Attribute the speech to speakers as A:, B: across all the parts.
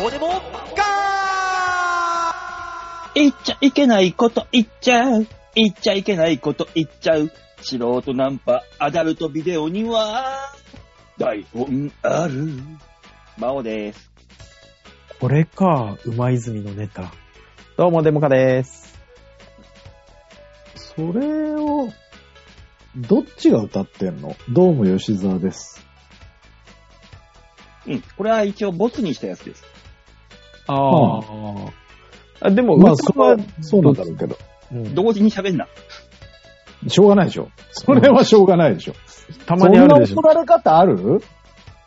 A: どうでもガ
B: 言っちゃいけないこと言っちゃう。言っちゃいけないこと言っちゃう。素人ナンパ、アダルトビデオには、台本ある。魔王です。
C: これか、馬泉のネタ。どうも、デモカです。
D: それを、どっちが歌ってんのどうも吉沢です。
B: うん。これは一応ボツにしたやつです。
C: あ
D: あ
C: あ。あでも、
D: まあ、
C: 歌
D: それ
C: は
D: は、、そうなんだろうけど。
C: うん
B: 同時に喋んな。
D: しょうがないでしょ。それはしょうがないでしょ。
C: たまにあるでし
D: そ
C: ょ
D: ん。な怒られ方ある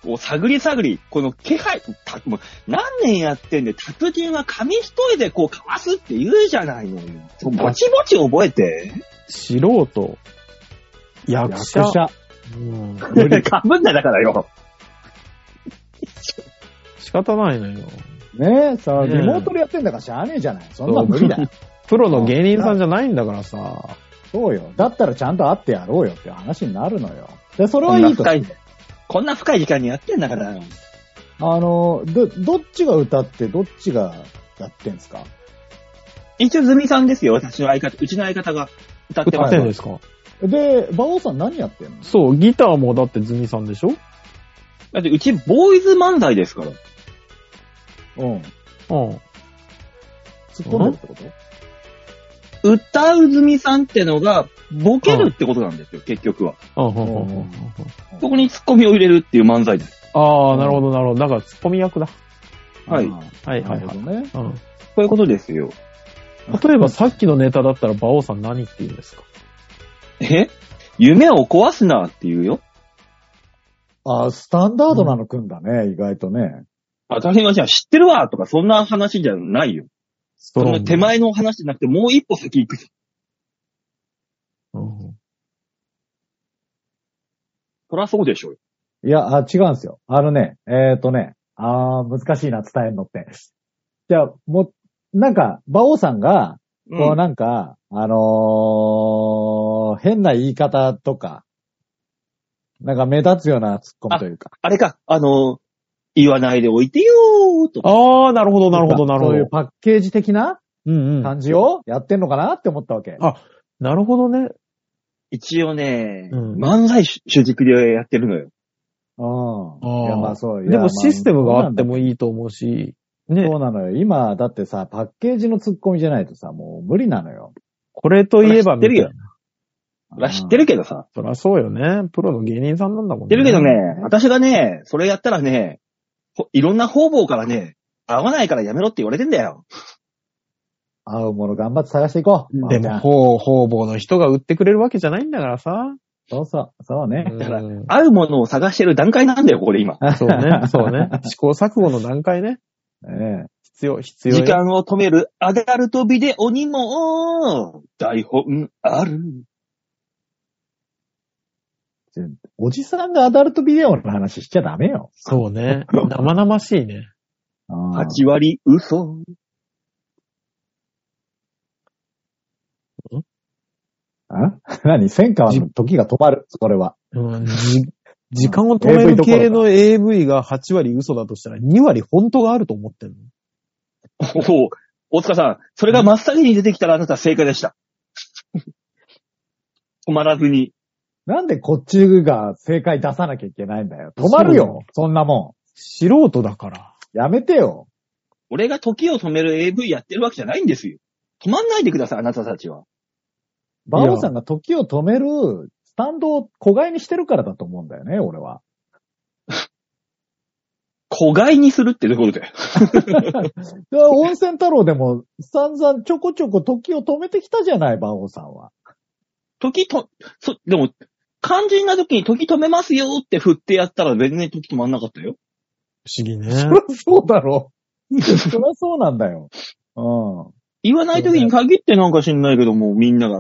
B: お探り探り、この気配、たもう何年やってんで、達人は紙一重でこうかわすって言うじゃないのよ。ぼちぼち覚えて。
C: 素人、役者、
D: 役者。
C: うん、
B: かぶんなだからよ。
C: 仕方ないのよ。
D: ねえ、さあ、
C: ねえ
D: リモートでやってんだからしゃあねえじゃない。そんなん無理だよ。
C: プロの芸人さんじゃないんだからさ。
D: そうよ。だったらちゃんと会ってやろうよっていう話になるのよ。で、それ
B: こ
D: は
B: ん
D: い
B: ない
D: と。
B: 深い、こんな深い時間にやってんだから。
D: あの、ど、どっちが歌って、どっちがやってんすか
B: 一応ズミさんですよ、私の相方、うちの相方が歌って
C: 歌
B: ま
C: っ
B: す
C: て
B: よ。
C: んですか
D: で、馬王さん何やってんの
C: そう、ギターもだってズミさんでしょ
B: だってうちボーイズ漫才ですから。
D: うん。
C: うん。
D: 突っ込んでるってこと
B: 歌うズミさんってのが、ボケるってことなんですよ、結局は。
C: うんうんうんうんうん
B: そこにツッコミを入れるっていう漫才です。
C: ああ、なるほど、なるほど。だから、ツッコミ役だ。
B: はい
D: あ
C: は
D: あ
C: いは
D: ないる
C: は
D: ほ
C: い。
D: どね。
C: うん
B: そういうことですよ。
C: 例えばさっきのネタだったら、馬王さん何って言うんですか
B: え夢を壊すなって言うよ。
D: ああ、スタンダードなの組んだね、意外とね。
B: 当たり前じゃん、知ってるわとか、そんな話じゃないよ。
C: ス
B: その手。前の話じゃなくて、もう一歩先行く。
C: うん
B: そらそうでしょうよ。
D: いや、あ違うんですよ。あのね、えっ、ー、とね、ああ、難しいな、伝えるのって。じゃあ、もう、なんか、馬王さんが、こう
B: うん
D: なんか、あのー、変な言い方とか、なんか目立つような突っ込みというか。
B: あれか、あの、言わないでおいてよーとか。
C: ああ、なるほど、なるほど、なるほ
D: そうい
C: ど
D: う。パッケージ的な
C: うんうん。
D: 感じをやってんのかなって思ったわけ。
C: あなるほどね。
B: 一応ね、
C: うん
B: 漫才主主軸でやってるのよ。
D: うん。
C: あー
D: いや、まあそう。いや
C: で
D: ま
C: も
D: あ
C: システムがあってもいいと思うし、ね
D: そ、うなのよ。今、だってさ、パッケージの突っ込みじゃないとさ、もう無理なのよ。
C: これといえば
B: 知ってるよ
C: みたいな
B: そら知ってるけどさ。
C: そりゃそうよね。プロの芸人さんなんだもん
B: 知ってるけどね、。私がね、それやったらね、ほいろんな方々からね、合わないからやめろって言われてんだよ。
D: 合うもの頑張って探していこう。
C: で
D: ま
C: も、
D: あ
C: 方方々の人が売ってくれるわけじゃないんだからさ。
D: そうそう、そうね。
C: うん
B: だから合うものを探してる段階なんだよ、これ今。
C: そうね、そうね。試行錯誤の段階ね。
D: ね
C: 必要、必要よ
B: 時間を止めるアダルトビデオにも、台本ある。
D: えおじさんがアダルトビデオの話しちゃダメよ。
C: そうね。生々しいね。
D: うん
B: 8割嘘。
D: あ 何戦火の時が止まる。それは。
C: うん、じ時間を止める系の AV が8割嘘だとしたら2割本当があると思ってるの。
B: おお、大塚さん、それが真っ先に出てきたらあなた正解でした。 止まらずに。
D: なんでこっちが正解出さなきゃいけないんだよ。止まるよ。そんなも
C: 素人だから。
D: ん。やめてよ。
B: 俺が時を止める AV やってるわけじゃないんですよ。止まんないでください、あなたたちは。
D: バオさんが時を止めるスタンドを子飼いにしてるからだと思うんだよね、俺は。
B: 子飼いにするってどういうことだよ。
D: だから温泉太郎でも散々ちょこちょこ時を止めてきたじゃない、馬王さんは。
B: 時と、そ、でも、肝心な時に時止めますよって振ってやったら全然時止まんなかったよ。
C: 不思議ね。
D: そりゃそうだろう。そりゃそうなんだよ。うん。
B: 言わない時に限ってなんか知んないけども、みんなが、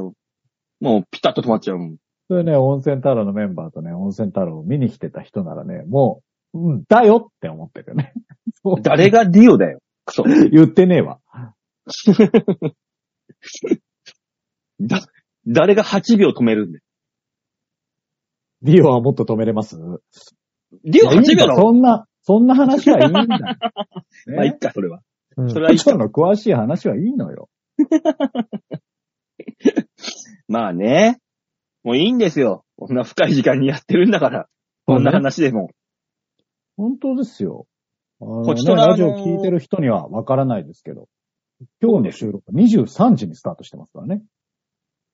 B: もうピタッと止まっちゃうもん。
D: それね、温泉太郎のメンバーとね、温泉太郎を見に来てた人ならね、もう、うん、だよって思ってるよね。 そう
B: 誰がディオだよ。クソ。
D: 言ってねえわ。
B: だ、誰が8秒止めるんだよ。
D: ディオはもっと止めれます
B: ディオ8秒だろ
D: そんな、そんな話はいいんだよ。ね
B: まあ、いっか、それは。
C: うん
B: それはいい
D: ちょ
B: か。
D: っと詳しい話はいいのよ。
B: まあね。もういいんですよ。こんな深い時間にやってるんだから。こんな話でも。
D: 本当ですよ。あのね
B: こっちとら
D: ラジオ聞いてる人にはわからないですけど、今日の収録は23時にスタートしてますからね。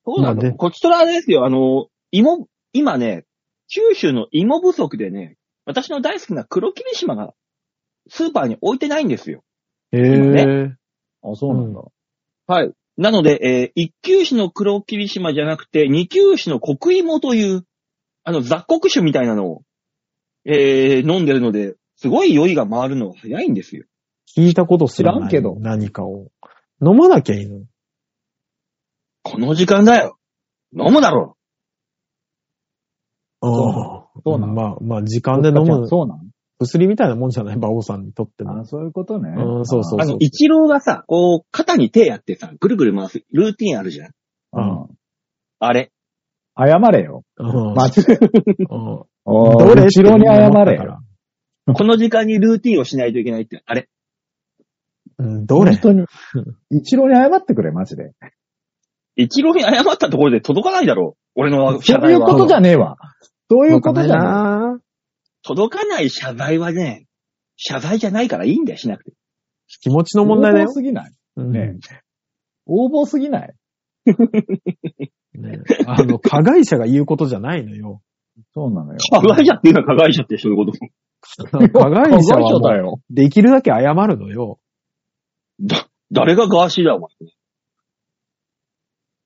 B: そうなん
C: まあ
B: だ。
C: ね
B: こっちとらあれですよ。あの、芋、今ね、九州の芋不足でね、私の大好きな黒霧島が、スーパーに置いてないんですよ。
C: へ
B: ね
C: え。
D: あ、そうなんだ。
B: はい。なので、えー一級種の黒霧島じゃなくて、二級種の黒芋という、あの、雑穀種みたいなのを、えー飲んでるので、すごい酔いが回るのが早いんですよ。
C: 聞いたことすら
D: 知ら
C: なんい。
D: けど
C: 何かを。飲まなきゃいいのに。
B: この時間だよ。飲むだろ
C: ああ。
D: そうなの
C: まあ、まあ、時間で飲む
D: そうな
C: 薬みたいなもんじゃない馬王さんにとって
D: の
C: も。
D: あ、そういうことね。
C: うんそうそう
B: あの、一郎がさ、こう、肩に手やってさ、ぐるぐる回す、ルーティンあるじゃん。
D: うん
B: あれ。
D: 謝れよ。
C: うん
D: マ ジで。
C: うん
D: どれ一郎に謝れよ。。
B: この時間にルーティンをしないといけないって、あれ。
C: うんどれ
D: 本当に。一郎に謝ってくれ、マジで。
B: 一郎に謝ったところで届かないだろう。俺の
D: そ
B: 謝
D: うい
B: 罪
D: う
B: は。
D: ことじゃねえわ。そういうことじゃね
C: な
B: 届かない謝罪はね、謝罪じゃないからいいんだよ、しなくて。
C: 気持ち
D: え。
C: の問題だ
D: 横
C: よ
D: 暴。すぎない。
C: うん
D: ね横暴すぎない。
C: ねあの、加害者が言うことじゃないの よ。
D: そうなのよ。
B: 加害者っていうのは加害者ってそういうこと。
C: 加害者
D: 加害
C: は
D: 者
C: も
D: だ
C: う
D: よ。
C: できるだけ謝るのよ。
B: だ、誰がガーシーだ、お前。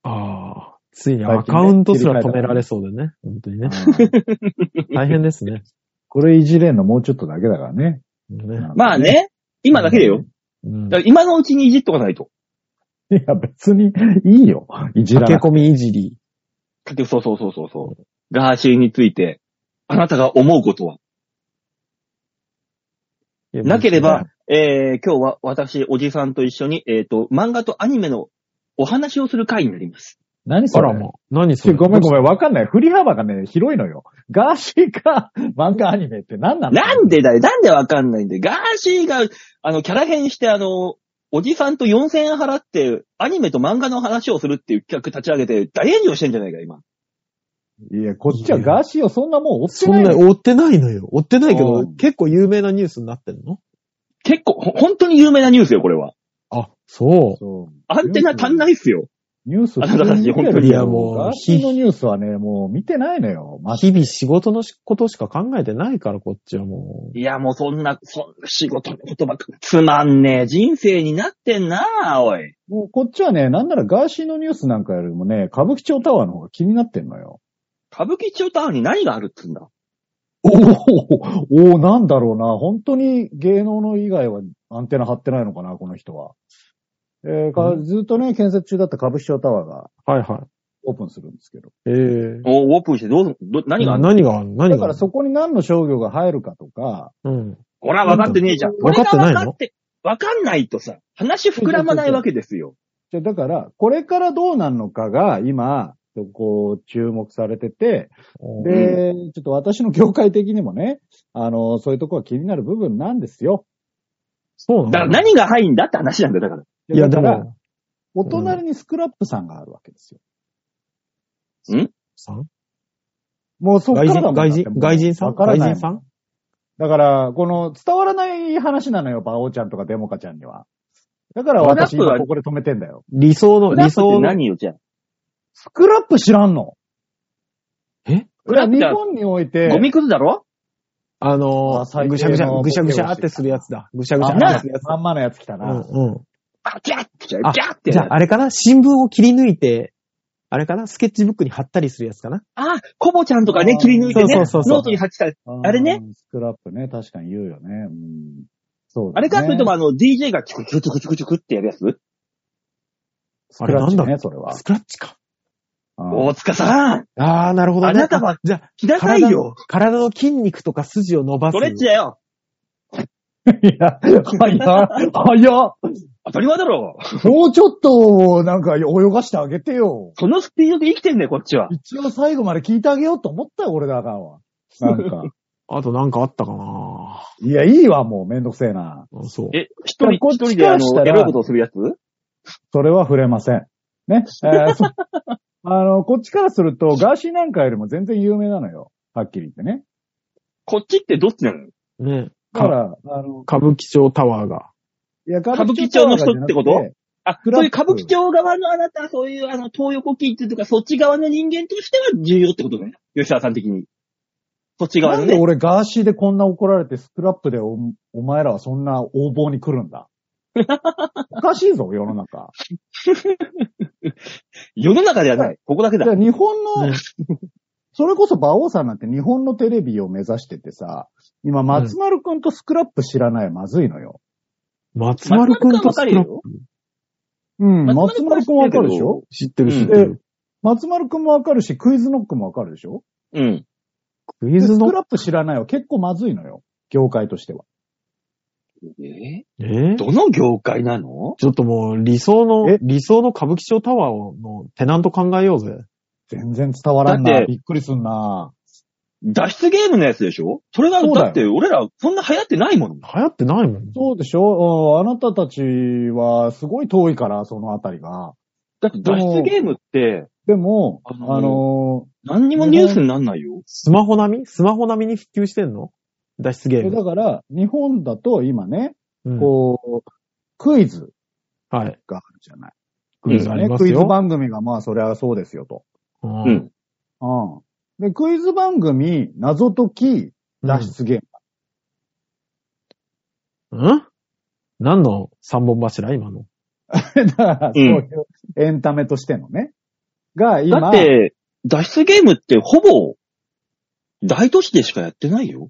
C: ああ。ついに
D: 最近ね
C: アカウントすら止められそうでね。本当にね。大変ですね。
D: これいじれんのもうちょっとだけだからね。
C: ね
B: まあ。ね、今だけだよ。
C: うん
B: だから今のうちにいじっとかないと。
D: いや、別にいいよ。いじらな
C: 駆
D: く
C: け込みいじり。
B: 結局、そうそうそうそうそう。ガーシーについて、あなたが思うことは。なければ、えー、今日は私、おじさんと一緒に、えっ、と、漫画とアニメのお話をする回になります。
D: 何
C: あ
D: それ
C: らま。何そ
D: ちょ
C: れ。
D: ごめんご
C: ん。
D: めん、わかんない。振り幅がね、広いのよ。ガーシーか、漫画アニメって何なの
B: なんでだよ、なんでわかんないんで、ガーシーが、あの、キャラ変して、あの、おじさんと4000円払って、アニメと漫画の話をするっていう企画立ち上げて、大炎上してんじゃないか、今。
D: いや、こっちはガーシーをそんなもん追って
C: そ
D: ない
C: ん
D: の
C: な
D: よ
C: 追ってないのよ。追ってないけ
D: う
C: ど、
D: ん
C: 結構有名なニュースになってんの
B: 結構、ほ本当に有名なニュースよ、これは。
C: あ、そ
D: そう
B: アンテナ足んないっすよ。
D: ニュース
B: あなたたち本当
C: にいやもう
D: ガーシーのニュースはね、もう見てないのよ。
C: う。
D: マジ
C: 日々仕事のしことしか考えてないから、こっちはも
B: いや、もうそんな、そんな仕事のことばっか、つまんねえ人生になってんなおい。
D: もうこっちはね、なんならガーシーのニュースなんかよりもね、歌舞伎町タワーの方が気になってんのよ。
B: 歌舞伎町タワーに何があるっつうんだ
D: おおおなんだろうな。本当に芸能の以外はアンテナ張ってないのかな、この人は。えーか
C: う
D: ずっとね、建設中だった歌舞伎町タワーが
C: う。はいはい。
D: オープンするんですけど。
C: ええ。
B: おオープンしてどう、ど、何があるの
C: 何があるの
D: だ
C: 何があ
D: か
C: る
D: ら
C: の
D: そこに何の商業が入るかとか、
C: うん。
B: ほら、分かってねえじゃん。
C: 分かってな
B: これ
C: いの
B: が分かって、分かんないとさ、話膨らまないわけですよ。
D: じゃあだから、これからどうなるのかが今、こう、注目されてて、で、ちょっと私の業界的にもね、あの、そういうとこは気になる部分なんですよ。
C: そ
B: だ
C: うな
B: から
C: の
B: 何が入んだって話なんだよ、だから。
C: いや、で
D: だから、
C: も、
D: お隣にスクラップさんがあるわけですよ。
C: さん
D: もうそっから
C: 外
D: だも
C: 人、外人
D: んだっ、て
C: 外人さ
D: わ
C: ん
D: から
C: 外
D: ない
C: 人さん
D: だから、この伝わらない話なのよ、バオちゃんとかデモカちゃんには。だから
B: ス
D: 私
B: クラップは
D: 今ここで止めてんだよ。
C: 理想の、理
B: スクラップっ
C: 想
B: て
C: の、
B: 何よ、じゃあ。
D: スクラップ知らんの
C: え
D: いや、日本において、
B: ゴミくずだろ
C: あ
D: あ
C: のー、
D: 最低の
C: ぐしゃぐしゃ、
D: ボケを
C: ぐしゃぐしゃってするやつだ。ぐしゃぐしゃってするやつ
D: まんまのやつ来た
C: だ。う
D: な。
C: んうん。
B: あ、ギャッて、ギャ
C: あ
B: ッて。
C: じゃあ、あれかな新聞を切り抜いて、あれかなスケッチブックに貼ったりするやつかな
B: あ、コボちゃんとかね、
D: あー
B: 切り抜いてね、
C: そうそうそうそう
B: ノートに貼ってた。
D: ー
B: あれね。
D: スクラップね、確かに言うよね。うん、そう
B: あ
D: だね
B: れか、それともあの、DJ がチュクチュクチュクチュクチュクってやるやつ
D: ス
C: あ
D: クラッチ
C: れなん
D: ね、それは
C: ス。クラッチか。
D: うん
B: 大塚さん、
C: あー、なるほどね。
B: あなたは
C: じゃあ、
B: 来なさい
C: 体の
B: よ。、
C: 体の筋肉とか筋を伸ば
B: ス
C: す。
B: トレッチだよ。
D: いや、早っ、早っ。
B: 当たり前だろ。
D: もうちょっと、なんか泳がしてあげてよ。
B: そのスピードで生きてんだよ、こっちは。
D: 一応最後まで聞いてあげようと思ったよ、俺だからは。なんか。
C: あとなんかあったかなない
D: や、いいわ、もう、めんどくせえな。
C: ぁ。そう。
B: え、一人、
D: こっ
B: 一
D: ち
B: 人で
D: から
B: あ
D: した
B: の、
D: ら
B: エロいことをするやつ
D: それは触れません。ね。え ーそあの、こっちからすると、ガーシーなんかよりも全然有名なのよ。はっきり言ってね。
B: こっちってどっちなの
C: ね。
D: だから、あの、
C: 歌舞伎町タワーが。
D: いや、歌
B: 歌舞伎町の人ってこと
D: じゃなく
B: あ、
D: フラ
B: そ
D: ップ
B: ういう歌舞伎町側のあなた、そういうあの、東横キッズとか、そっち側の人間としては重要ってことね。吉沢さん的に。そっち
D: て
B: 側
D: な
B: の
D: んで
B: ね。
D: 俺ガーシーでこんな怒られて、スクラップでおお前らはそんな横暴に来るん だ。おかしいぞ、世の中。
B: 世の中ではな。
D: はい
B: ここだけだ
D: じゃ。あ日本の
C: ね、
D: それこそ馬王さんなんて日本のテレビを目指しててさ、今松丸くんとスクラップ知らないまずいのよ。
C: 松丸くんとスクラップ
D: うん、
B: 松
D: 松
B: 丸く
D: 丸く
B: ん
D: ん
B: は知ってるけど
D: わかるでしょ
C: 知ってる
B: うん
C: 知ってる。
D: 松丸くんもわかるし、クイズノックもわかるでしょ
B: うん。
C: ク
D: で
C: イズ
D: ス
C: の
D: ク、ラップ知らないは結構まずいのよ。業界としては。
B: え
C: え
B: ーどの業界なの
C: ちょっともう理想の
D: え、
C: 理想の歌舞伎町タワーのテナント考えようぜ。
D: 全然伝わらん
B: だっ
D: な。
B: て
D: びっくりすんな。
B: 脱出ゲームのやつでしょそれが、
D: そうだよ
B: だって俺らそんな流行ってないもん。
C: 流行ってないもん。
D: そうでしょうんあなたたちはすごい遠いから、そのあたりが。
B: だって脱出ゲームって、
D: でも、
B: あ
D: あ
B: のー
D: の
B: 何にもニュースになんないよ。
C: スマホ並みスマホ並みに普及してんの脱出ゲ
D: ー
C: ーム。
D: だから、日本だと今ね、
C: うん
D: こう、クイズ
C: はい。
D: があるじゃない。
C: クイズあり
D: ね、
C: ま
D: ク
C: す
D: イズ
C: よ。
D: 番組がまあそりゃそうですよと。
C: う
B: うんん。
D: うん。で、クイズ番組、謎解き、脱出ゲーム。
C: うん何の三本柱今の。
D: だから、そういうエンタメとしてのね。が今、
B: だって、脱出ゲームってほぼ、大都市でしかやってないよ。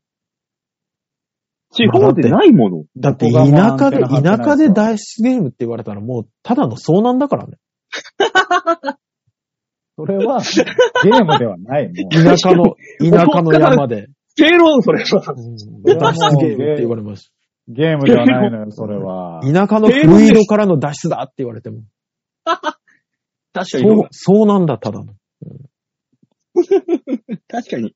B: 地方でないもの。
C: だって
D: ここが
C: 田
D: もう
C: 舎で、
D: アンテナ
C: 田
D: 張ってないですか
C: 舎で脱出ゲームって言われたらもうただの遭難だ からね。
D: それは、ゲームではない。もう
C: 田舎の、田舎の山 で。
B: 正論、それ は。
C: うん
D: れは
C: 脱
D: もう
C: 出ゲームって言われまし
D: ゲームではないのよ、それは
C: た。。田舎のフルイドからの脱出だって言われても。
B: 確かに
C: そう、そうなんだ、ただの。
B: 確かに。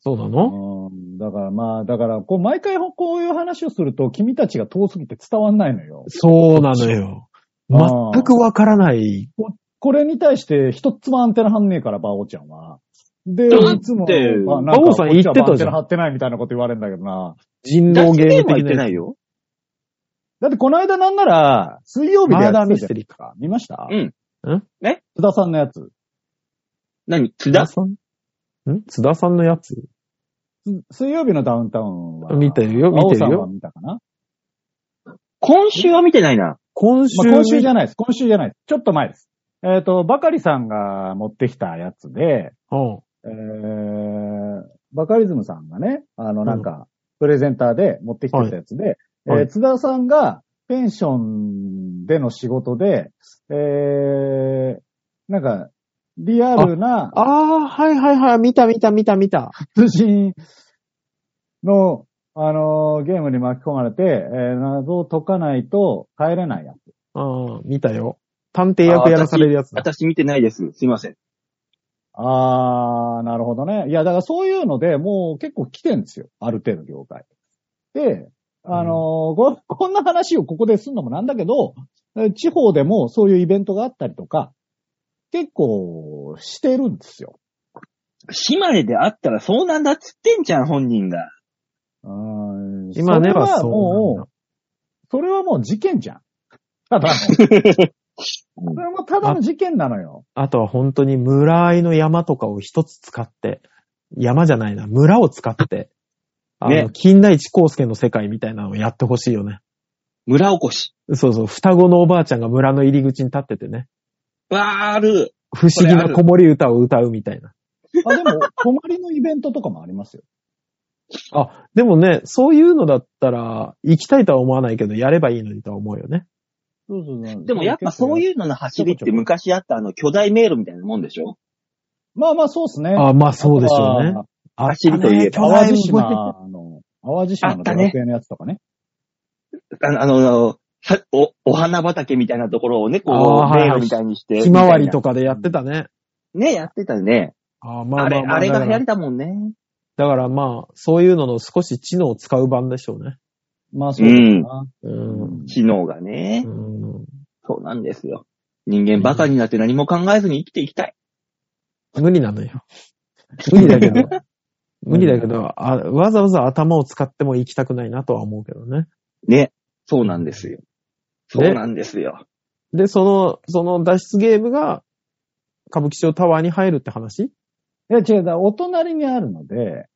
C: そうなの
D: うんだからまあ、だから、こう、毎回こういう話をすると、君たちが遠すぎて伝わんないのよ。
C: そうなのよ。
D: あー
C: 全くわからない。
D: これに対して、一つもアンテナ張んねえから、バオちゃんは。で、
B: だって
D: いつも、
C: バオさん言ってたじゃん
D: こっちはアンテナ張ってないみたいなこと言われるんだけどな。
C: 人
B: 脱
C: 狼
B: 出
C: ゲー
B: ゲー
C: ム
B: ムは
C: 的。
B: 言ってないいよ。
D: だって、この間なんなら、水曜日で
C: マ
D: や
C: ー
D: っ
C: ダ
D: てた
C: ー
D: じゃ
C: ミ
D: ん
C: ステリーか。
D: 見ました
C: うんん
B: ね
D: 津田さんのやつ。
B: 何津
C: 津田
B: 田
C: さんん津田さんのやつ
D: す水曜日のダウンタウンは。
C: 見てるよ
D: バ
C: 見
D: オ
C: てるよ
D: さんは見たかな
B: 今週は見てないな。
C: 今週、
D: まあ、今週じゃないです。今週じゃないです。ちょっと前です。えっ、と、バカリさんが持ってきたやつで、
C: うん。
D: えー、バカリズムさんがね、あの、なんか、プレゼンターで持ってきてたやつで、
C: はいはい
D: えー津田さんが、ペンションでの仕事で、えー、なんか、リアルな
C: ああ、はいはいはい。見た見た見た見た。
D: 通信の、あのーゲームに巻き込まれて、えー謎を解かないと帰れないやつ。
C: うん、見たよ。探偵役やらされるやつだ。
B: 私見てないです。すいません。
D: あー、なるほどね。いや、だからそういうので、もう結構来てんですよ。ある程度業界。で、あのーこ、 こんな話をここですんのもなんだけど、え地方でもそういうイベントがあったりとか、結構してるんですよ。
B: 島根であったらそうなんだっつってんじゃん、本人が。
D: うーん
C: 今では
D: それは
C: そうなん
D: も
C: だ
D: う、それはもう事件じゃん。た だの。それもただの事件なのよ。
C: あとは本当に村合いの山とかを一つ使って、山じゃないな、村を使って、あの、
B: ね
C: 金田一光介の世界みたいなのをやってほしいよね。
B: 村おこし。
C: そうそう、双子のおばあちゃんが村の入り口に立っててね、
B: わーる。
C: 不思議
B: それあ
C: な
B: る
C: 子守歌を歌うみたいな。
D: あでも、泊まりのイベントとかもありますよ。
C: あ、でもね、そういうのだったら、行きたいとは思わないけど、やればいいのにとは思うよね。
D: そうそうそう
B: でもやっぱそう
D: う。
B: いうのの走りって昔あったあの巨大迷路みたいなもんでしょ
D: まあまあそうですね。
C: あ、まあそうでしょうね。あ
B: 走りといえば
C: あった
D: 淡
C: ね
D: 路島の、淡路島のドラクエのやつとかね。
B: あの、あの、あのさお、お花畑みたいなところをね、こ
C: あ
B: う、
C: ーはい
B: 迷
C: はい
B: 路みたいにして。
C: ひまわりと
B: か。
C: かでやってたね。
B: ね、やってたね。
C: あーまあま
B: あ
C: あ
B: れ、
C: まあ
B: あれが
C: だ
B: 流行
C: から
B: りだもんね。
C: だからまあ、そういうのの少し知能を使う版でしょうね。
D: まあそうだな。
C: うん。
B: 知能がね、
C: うん
B: そうなんですよ。人間バカになって何も考えずに生きていきたい。
C: 無理なのよ。無理だけ ど。無理だけどあ、わざわざ頭を使っても行きたくないなとは思うけどね。
B: ね。そうなんですよ。そうなんですよ。
C: で、その、その脱出ゲームが、歌舞伎町タワーに入るって話
D: いや違う、だからお隣にあるので、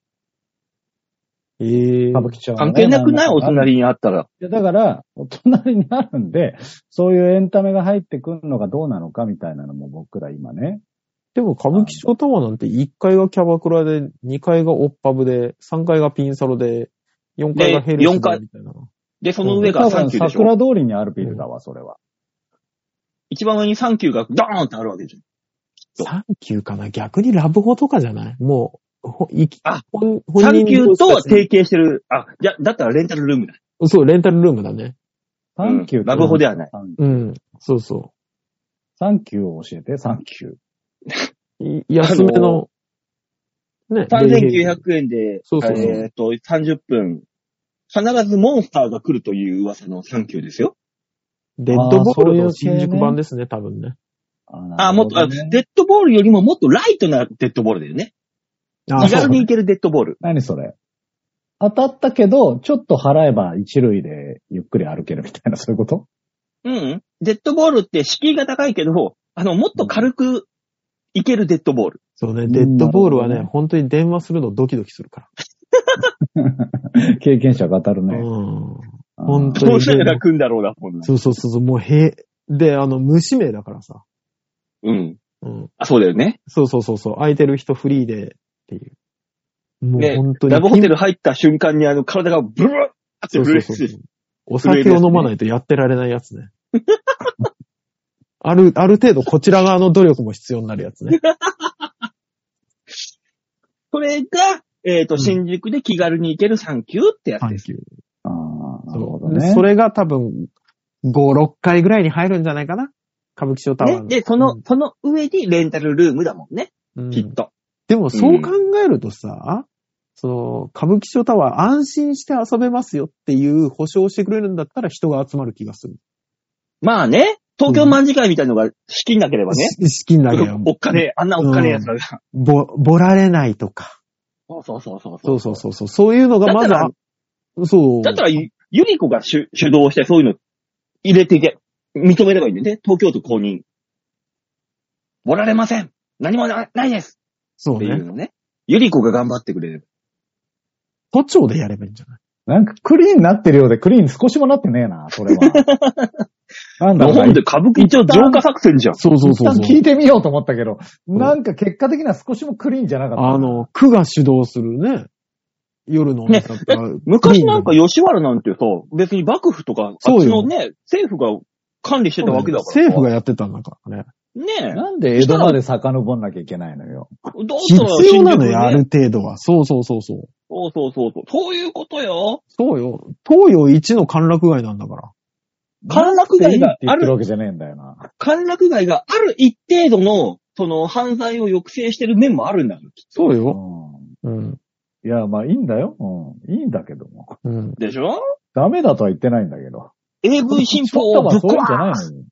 C: ええ
D: 歌舞伎町はね
B: 関係なくないお
D: い
B: 隣にあったら。
D: やだから、お隣にあるんで、そういうエンタメが入ってくるのがどうなのかみたいなのも僕ら今ね。
C: でも歌舞伎町タワーなんて1階がキャバクラで、2階がオッパブで、3階がピンサロで、4階がヘルシー
B: で四階
C: でみたいな。
B: で、その上
D: 多
B: がサ
D: 分
B: ンキューでしょ。
D: 桜通りにあるビルだわ、それは。
B: 一番上にサンキューがドーンってあるわけじゃん。
C: サンキューかな逆にラブホとかじゃないもう、ほ、いき、
B: あ
C: 本、本
B: サ
C: 人
B: ン
C: に
B: キューとは提携してる。あ、じゃ、だったらレンタルルームだ。
C: そう、レンタルルームだね。
D: サンキュー、
B: ラブホではない。
D: サン
C: うん。そうそ
D: サンキューを教えて、サンキュー。
C: う。い安めの、ね。
B: 3900円で、
C: そうそうそう
B: えっと、30分。必ずモンスターが来るという噂のサンキューですよ。
C: デッドボール
D: あー
C: の
D: そういう系
C: 新
D: ね
C: 宿版ですね、多分ね。
D: あ
B: あ、もっと、あデッドボールよりももっとライトなデッドボールだよね。
C: あ
B: 気軽にいけるデッドボール。
D: 何それ当たったけど、ちょっと払えば一塁でゆっくり歩けるみたいな、そういうこと
B: うんうん。デッドボールって敷居が高いけど、あの、もっと軽くいけるデッドボール。
C: そうね、デッドボールは
D: な
C: ね、
D: るほ
C: 本当に電話するのドキドキするか
D: 経験者語る
C: ら。
D: ね。
C: うん。
D: あー
C: 本
B: ど
C: 当に
B: うしたら楽んだろうな、こんな。
C: そうそうそうそう、もうへ、で、あの、無指名だからさ。
B: うん。
C: うん。
B: あ、そうだよね。
C: そうそうそうそう、空いてる人フリーでっていう。もう
B: ね
C: 本当に。
B: ラブホテル入った瞬間にあの、体がブルーって
C: そう
B: 震え
C: そ
B: て
C: うそう
B: る。
C: お酒を飲まないとやってられないやつね。ある、ある程度こちら側の努力も必要になるや つね。
B: それが、えっ、と、
C: うん
B: 新宿で気軽に行けるサンキューってやつです。
C: ュ
D: あーなるほど
C: ー
D: ね。
C: それが多分、5、6回ぐらいに入るんじゃないかな歌舞伎町タワー
B: ね
C: の。、
B: で、その、
C: うん
B: その上にレンタルルームだもんね、
C: うん
B: きっと。
C: でもそう考えるとさ、その、歌舞伎町タワー安心して遊べますよっていう保証をしてくれるんだったら人が集まる気がする。
B: まあね、東京卍会みたいのが資金なければね、
C: し資金だけは
B: おっかねえ、あんなおっかねえやつらが。
C: ぼ、ぼられないとか。
B: そうそうそうそう。
C: そうそうそうそう。そういうのがま
B: だった
C: だ、そう。
B: だったら、ゆゆり子が主主導してそういうの入れていけ、認めればいいんだよね。東京都公認。おられません何もなないです
C: そう
B: っていう
C: ね。
B: のね。ゆり子が頑張ってくれれば。
C: 都庁でやればいいんじゃない
D: なんかクリーンになってるようで、クリーン少しもなってねえな、それは。なんだろうな
B: なんで歌舞伎町浄化作戦じゃん。
C: そうそう
D: 一
C: そう
D: 旦
C: そう。
D: 聞いてみようと思ったけど、
C: ん
D: なんか結果的には少しもクリーンじゃなかった。
C: あの、区が主導するね。夜のお店だったら
B: 昔なんか吉原なんてさ、別に幕府とか、あ
C: そ
B: っ
C: う
B: ち
C: よ
B: のね、政府が管理してたわけだから。
C: 政府がやってたんだからね。
B: ね
D: なんで江戸まで遡んなきゃいけないのよ。
B: え。どうしたら
C: 必要なの
B: 新宿
C: よ、あ
B: ね
C: る程度は。そうそうそうそう。
B: そうそうそうそう。そういうことよ。
C: そうよ。東洋一の歓楽街なんだから。
B: 歓楽街が
D: って言
B: あ
D: ってる
B: る、
D: わけじゃねえんだよな。
B: 歓楽街がある一定度の、その犯罪を抑制してる面もあるんだよ。
C: そう
D: う
C: よ。
D: ん
C: うん。
D: いや、まあいいんだよ。うん。いいんだけども。
C: うん。
B: でしょ
D: ダメだとは言ってないんだけど。
B: ?AV 新
D: ち
B: 法
D: ょ
B: を
D: っとは
B: ぶっ
D: そういうんじゃ
B: 壊
D: ない
B: す
D: のに。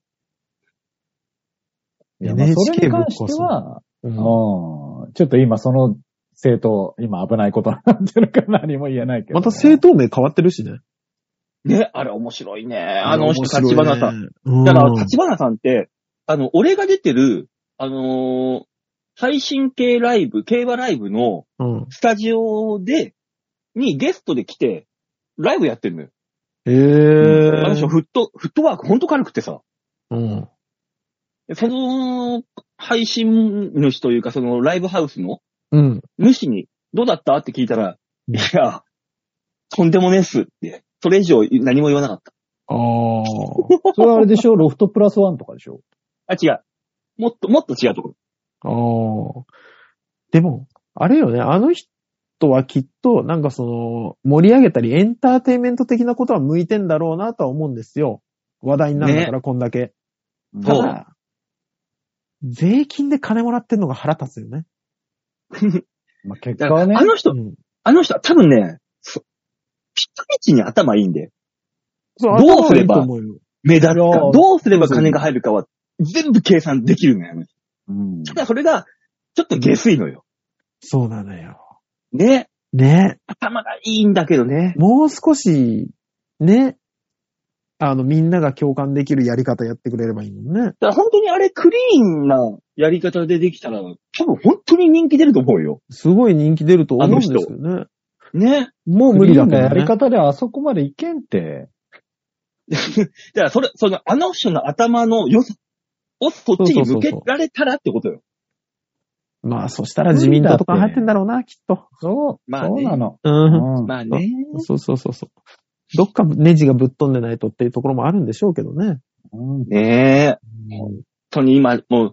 D: いや、まあ、それ
C: NHK
D: に関しては、
C: う
D: うん
C: ん、
D: ちょっと今その政党、今危ないことになってるから何も言えないけど
C: ま
D: ね、
C: た政党名変わってるしね。
B: ね、あれ面白いね。あの人、
C: 面白いね
B: 立花さん。。
C: うん。
B: だから、立花さんって、あの、俺が出てる、あのー最新系ライブ、競馬ライブの
C: うん。
B: スタジオで、にゲストで来て、ライブやってんのよ。
C: え
B: あの人、
C: ー。
B: フット、フットワークほんと軽くてさ。
C: うん。
B: その、配信主というか、そのライブハウスの
C: うん。
B: 主に、どうだったって聞いたら、
C: う
B: い
C: ん
B: や、とんでもねえっすって。それ以上何も言わなかった。
C: あー。
D: それはあれでしょロフトプラスワンとかでしょ
B: あ、違う。もっと、もっと違うところ。
C: ああ。でも、あれよね、あの人はきっと、なんかその、盛り上げたり、エンターテインメント的なことは向いてんだろうなとは思うんですよ。話題になるんだから、こんだけ。た
B: そう
C: だ、税金で金もらってんのが腹立つよね。
D: まあ、結
B: だ
D: 果
B: か
D: はね
B: ら、あ。の人、
C: うん
B: あの人は多分ね、そピカイチに頭いいんで、
C: そう
B: どうすれば
C: 頭はいいと思うよ
B: 目立った。
D: いやー
B: どうすれば金が入るかは全部計算できるのよね。
D: うん。
B: ただそれが、ちょっと下水のよ。
C: そうなのよ。
B: ね。
C: ね。
B: 頭がいいんだけどね。
C: もう少し、ね。あの、みんなが共感できるやり方やってくれればいいもんね。
B: だから本当にあれクリーンなやり方でできたら、多分本当に人気出ると思うよ。
C: すごい人気出ると思うんですよね。
B: ね。
C: もう無
D: 無
C: 理
D: 理
C: だ
D: だ
C: けど、ね。
D: やり方ではあそこまでいけんって。
B: だからそれ、その、あの人の頭の良さをそっちに向けられたらってことよ。
C: まあ、そしたら自民党とか入ってんだろうな、きっと。
D: そう。
B: まあね
D: そうなの。
C: うん。
D: うん
B: まあね。
C: そうそうそうそう。どっかネジがぶっ飛んでないとっていうところもあるんでしょうけどね。
D: うん
B: ねえ。本当に今、もう、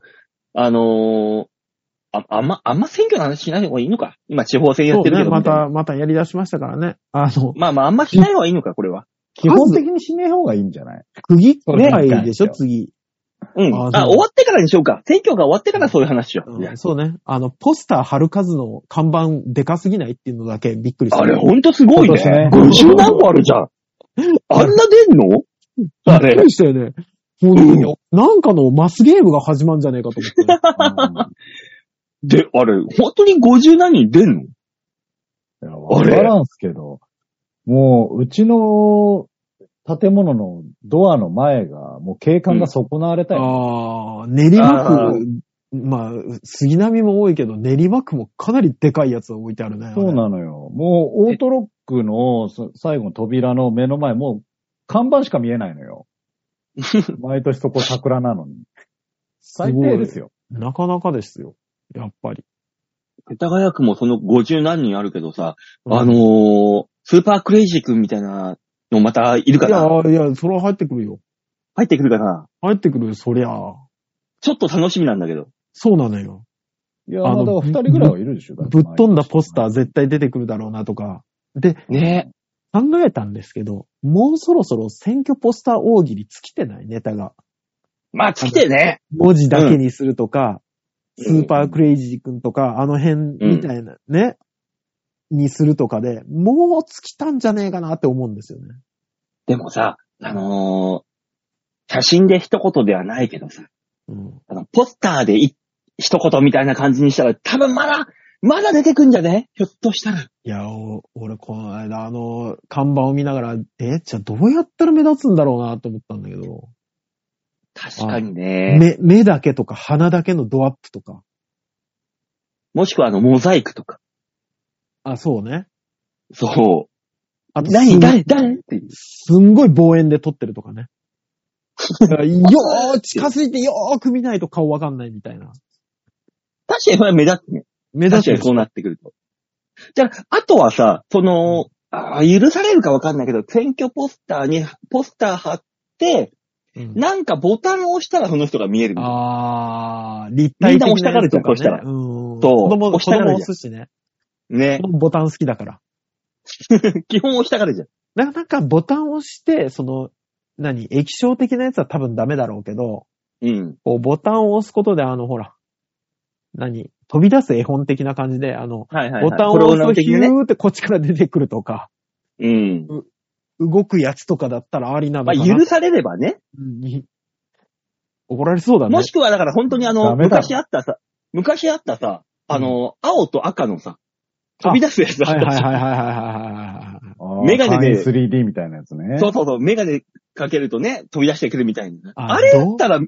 B: あのーあ、あんま、あんま選挙の話しない方がいいのか。今地方選や
C: そ
B: っ
C: う
B: てるけど。
C: ね。ま
B: みいな
C: た、またやり出しましたからね。あの、
B: まあまあ、あんましない方がいいのか、これは。
D: 基本的にしねえ方がいいんじゃない
C: 区議
D: そうね
C: 会でしょ、次。
B: うん。
C: あ
B: あ
C: そう
B: 終わってからにしようか。選挙が終わってからそういう話しよう。
C: うんそうね。あの、ポスター貼る数の看板でかすぎないっていうのだけびっくりした。
B: あれ、ほんとすごいね。
D: そうですね
B: 50何個あるじゃん。あんな出んのあ
C: びっく
B: れ。
C: りしたよね。本当に。なんかのマスゲームが始まんじゃねえかと思ってね。
B: で、あれ、本当に50何人出んの
D: いや、わからんすけど、もう、うちの建物のドアの前が、もう景観が損なわれた よ。
C: ああ、練馬
B: あ
C: 区、まあ、杉並も多いけど、練馬区もかなりでかいやつが置いてあるね。
D: そうなのよ。もう、オートロックのそ最後の扉の目の前、もう、看板しか見えないのよ。毎年そこ桜なのに。
C: す
D: 最
C: ごい
D: 低ですよ。
C: なかなかですよ。やっぱり。
B: 世田谷区もその50何人あるけどさ、
C: うん
B: あのー、スーパークレイジー君みたいなのまたいるか
C: い
B: な
C: や、いや、それは入ってくるよ。
B: 入ってくるかな
C: 入ってくるよ、そりゃ。
B: ちょっと楽しみなんだけど。
C: そうなのよ。
D: いや、
C: あ
D: だか
C: の
D: ら二人ぐらいはいるでしょ。だっ
C: ぶ
D: て
C: っ飛んだポスター絶対出てくるだろうなとか。で、
B: ね
C: 考えたんですけど、もうそろそろ選挙ポスター大喜利尽きてないネタが。
B: まあ、尽きてね。
C: 文字だけにするとか、
B: うん
C: スーパークレイジー君とか、あの辺みたいなね、にするとかで、もう尽きたんじゃねえかなって思うんですよね。
B: でもさ、あのー、写真で一言ではないけどさ、
C: うん、
B: あの、ポスターでい一言みたいな感じにしたら、多分まだ、まだ出てくんじゃねひょっとしたら。
C: いや、お俺この間あの、看板を見ながら、え、じゃあどうやったら目立つんだろうなって思ったんだけど、
B: 確かにね。
C: 目、目だけとか鼻だけのドアップとか。
B: もしくはあの、モザイクとか。
C: あ、そうね。
B: そう。
C: あと、す
B: 何
C: ん
B: 誰誰っていう。
C: すんごい望遠で撮ってると かね。だからよー、近づいてよーく見ないと顔わかんないみたいな。
B: 確かにそれは目立つね。
C: 目立
B: 確
C: つ
B: か
C: で
B: に
C: しょ
B: そうなってくると。じゃあ、あとはさ、その、あー許されるかわかんないけど、選挙ポスターに、ポスター貼って、
C: うん
B: なんかボタンを押したらその人が見えるみたいな
C: あー、立体
B: みん
C: 的なやつとね
B: な押したがるじゃんこうしたら
C: うん。
B: そう
C: 子供、
B: 押
C: 子
B: したが
C: 供
B: るじゃん
C: 押すしね。
B: ね
C: 子。供ボタン好きだから。
B: 基本押したがるじゃん。
C: だからなんかボタンを押して、その、何、液晶的なやつは多分ダメだろうけど、
B: うん。
C: こうボタンを押すことであの、ほら、何、飛び出す絵本的な感じで、あの、
B: はいはい、はい。
C: ボタンを押すと
B: 的
C: ヒ
B: にね。
C: ューってこっちから出てくるとか、
B: うん。
C: 動くやつとかだったらありなの
B: ま
C: か
B: あ、
C: な。
B: 許されればね。
C: うん怒られそうだね。
B: もしくは、だから本当にあ
D: ダ
B: の、
D: メだ
B: 昔あったさ、昔あったさ、あの、青と赤のさ、飛び出すやつだ
C: はい
B: った
C: はい
B: じゃん
C: はいはいはいはいは いはい。
D: あー
B: メガネで
D: 簡易 3D みたいなやつね。
B: そうそうそう、メガネかけるとね、飛び出してくるみたいな。
C: あ
B: あれだったら、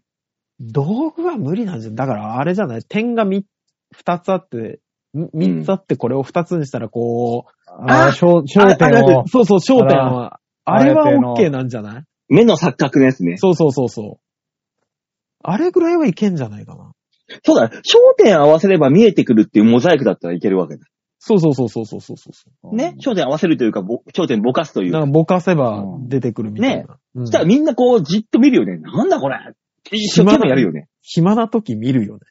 C: 道具は無理なんじゃ、だからあれじゃない点がみ二つあって、み三つあってこれを二つにしたらこう、
D: あ
B: あ
D: あ、焦
C: あ
D: 焦点を
C: あ。そうそう、焦点は、あれは
D: あえての
C: OK なんじゃない
B: 目の錯覚のやつね。
C: そうそうそうそう。あれぐらいはいけんじゃないかな。
B: そうだ、焦点合わせれば見えてくるっていうモザイクだったらいけるわけだ。
C: そうそうそうそうそうそうそう。
B: ね。焦点合わせるというか、ぼ焦点ぼかすという
C: な
B: か。
C: んかぼかせば出てくるみたいな。
B: ね
C: うん
B: そしたらみんなこう、じっと見るよね。なんだこれ一生懸命やるよね。
C: 暇な時見るよね。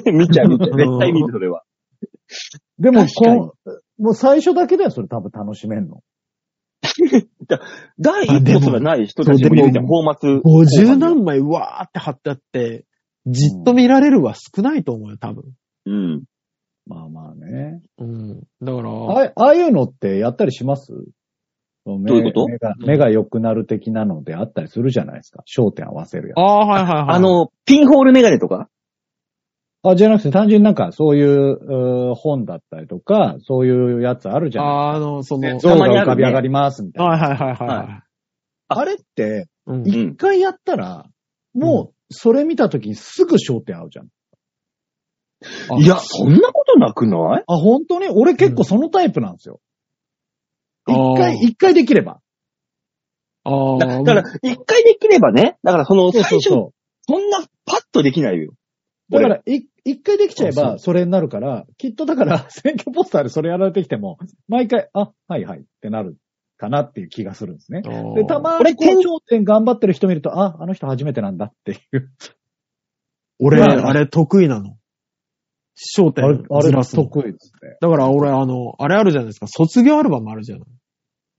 B: 見ちゃう、見ちゃう。
C: うん
B: 絶対見る、それは。
D: でも、
B: 確かに
D: こう、もう最初だけだよ、それ多分楽しめんの。
B: 第一歩すらない人たちもいるじゃん。フォーマツ。
C: 50何枚わーって貼ってあって、じっと見られるは少ないと思うよ、多分。
B: うん。
D: まあまあね。
C: うん。だから、
D: ああああいうのってやったりしますどう
B: どういうこと
D: 目が
C: うん
D: 目が良くなる的なのであったりするじゃないですか。焦点合わせるや
C: ああ、はいはいはい。
B: あ、の、ピンホールメガネとか
D: つ。あ、じゃなくて単純になんかそういううー本だったりとか、そういうやつあるじゃない
C: あの、その、
D: です
B: そ
D: か。
B: う
D: 像
B: たま
D: が
B: にあるね
D: 浮かび上がりますみたいな。
C: はいはいはいは
B: はい
D: あれって、
C: い。うん
B: い
D: 一回やったら、もうそれ見た時にすぐ焦点合うじゃん。
C: あ
B: いや、そんなことなくない
D: あ、本当に俺結構そのタイプなんですよ。
C: うん
D: 一
C: あ
D: 回、
C: ー
D: 一回できれば。
C: ああ、
B: だだから、一回できればね、だからその、
D: そうそ
B: 最
D: う
B: 初、
D: そう
B: そ。んなパッとできないよ。
D: だから、い一回できちゃえ
C: あそ
D: ば、
C: う
D: それになるから、きっとだから、選挙ポスターでそれやられてきても、毎回、あ、はいはいってなるかなっていう気がするんですね。で、たまに、
B: 俺
D: こう
B: 転
D: 頂点頑張ってる人見ると、あ、あの人初めてなんだっていう。
C: 俺、
D: まあ
C: あれ得意なの。焦
D: あれ
C: 点、ずらすの。
D: 得意ですね。
C: だから俺、あの、あれあるじゃないですか。卒業アルバムあるじゃない。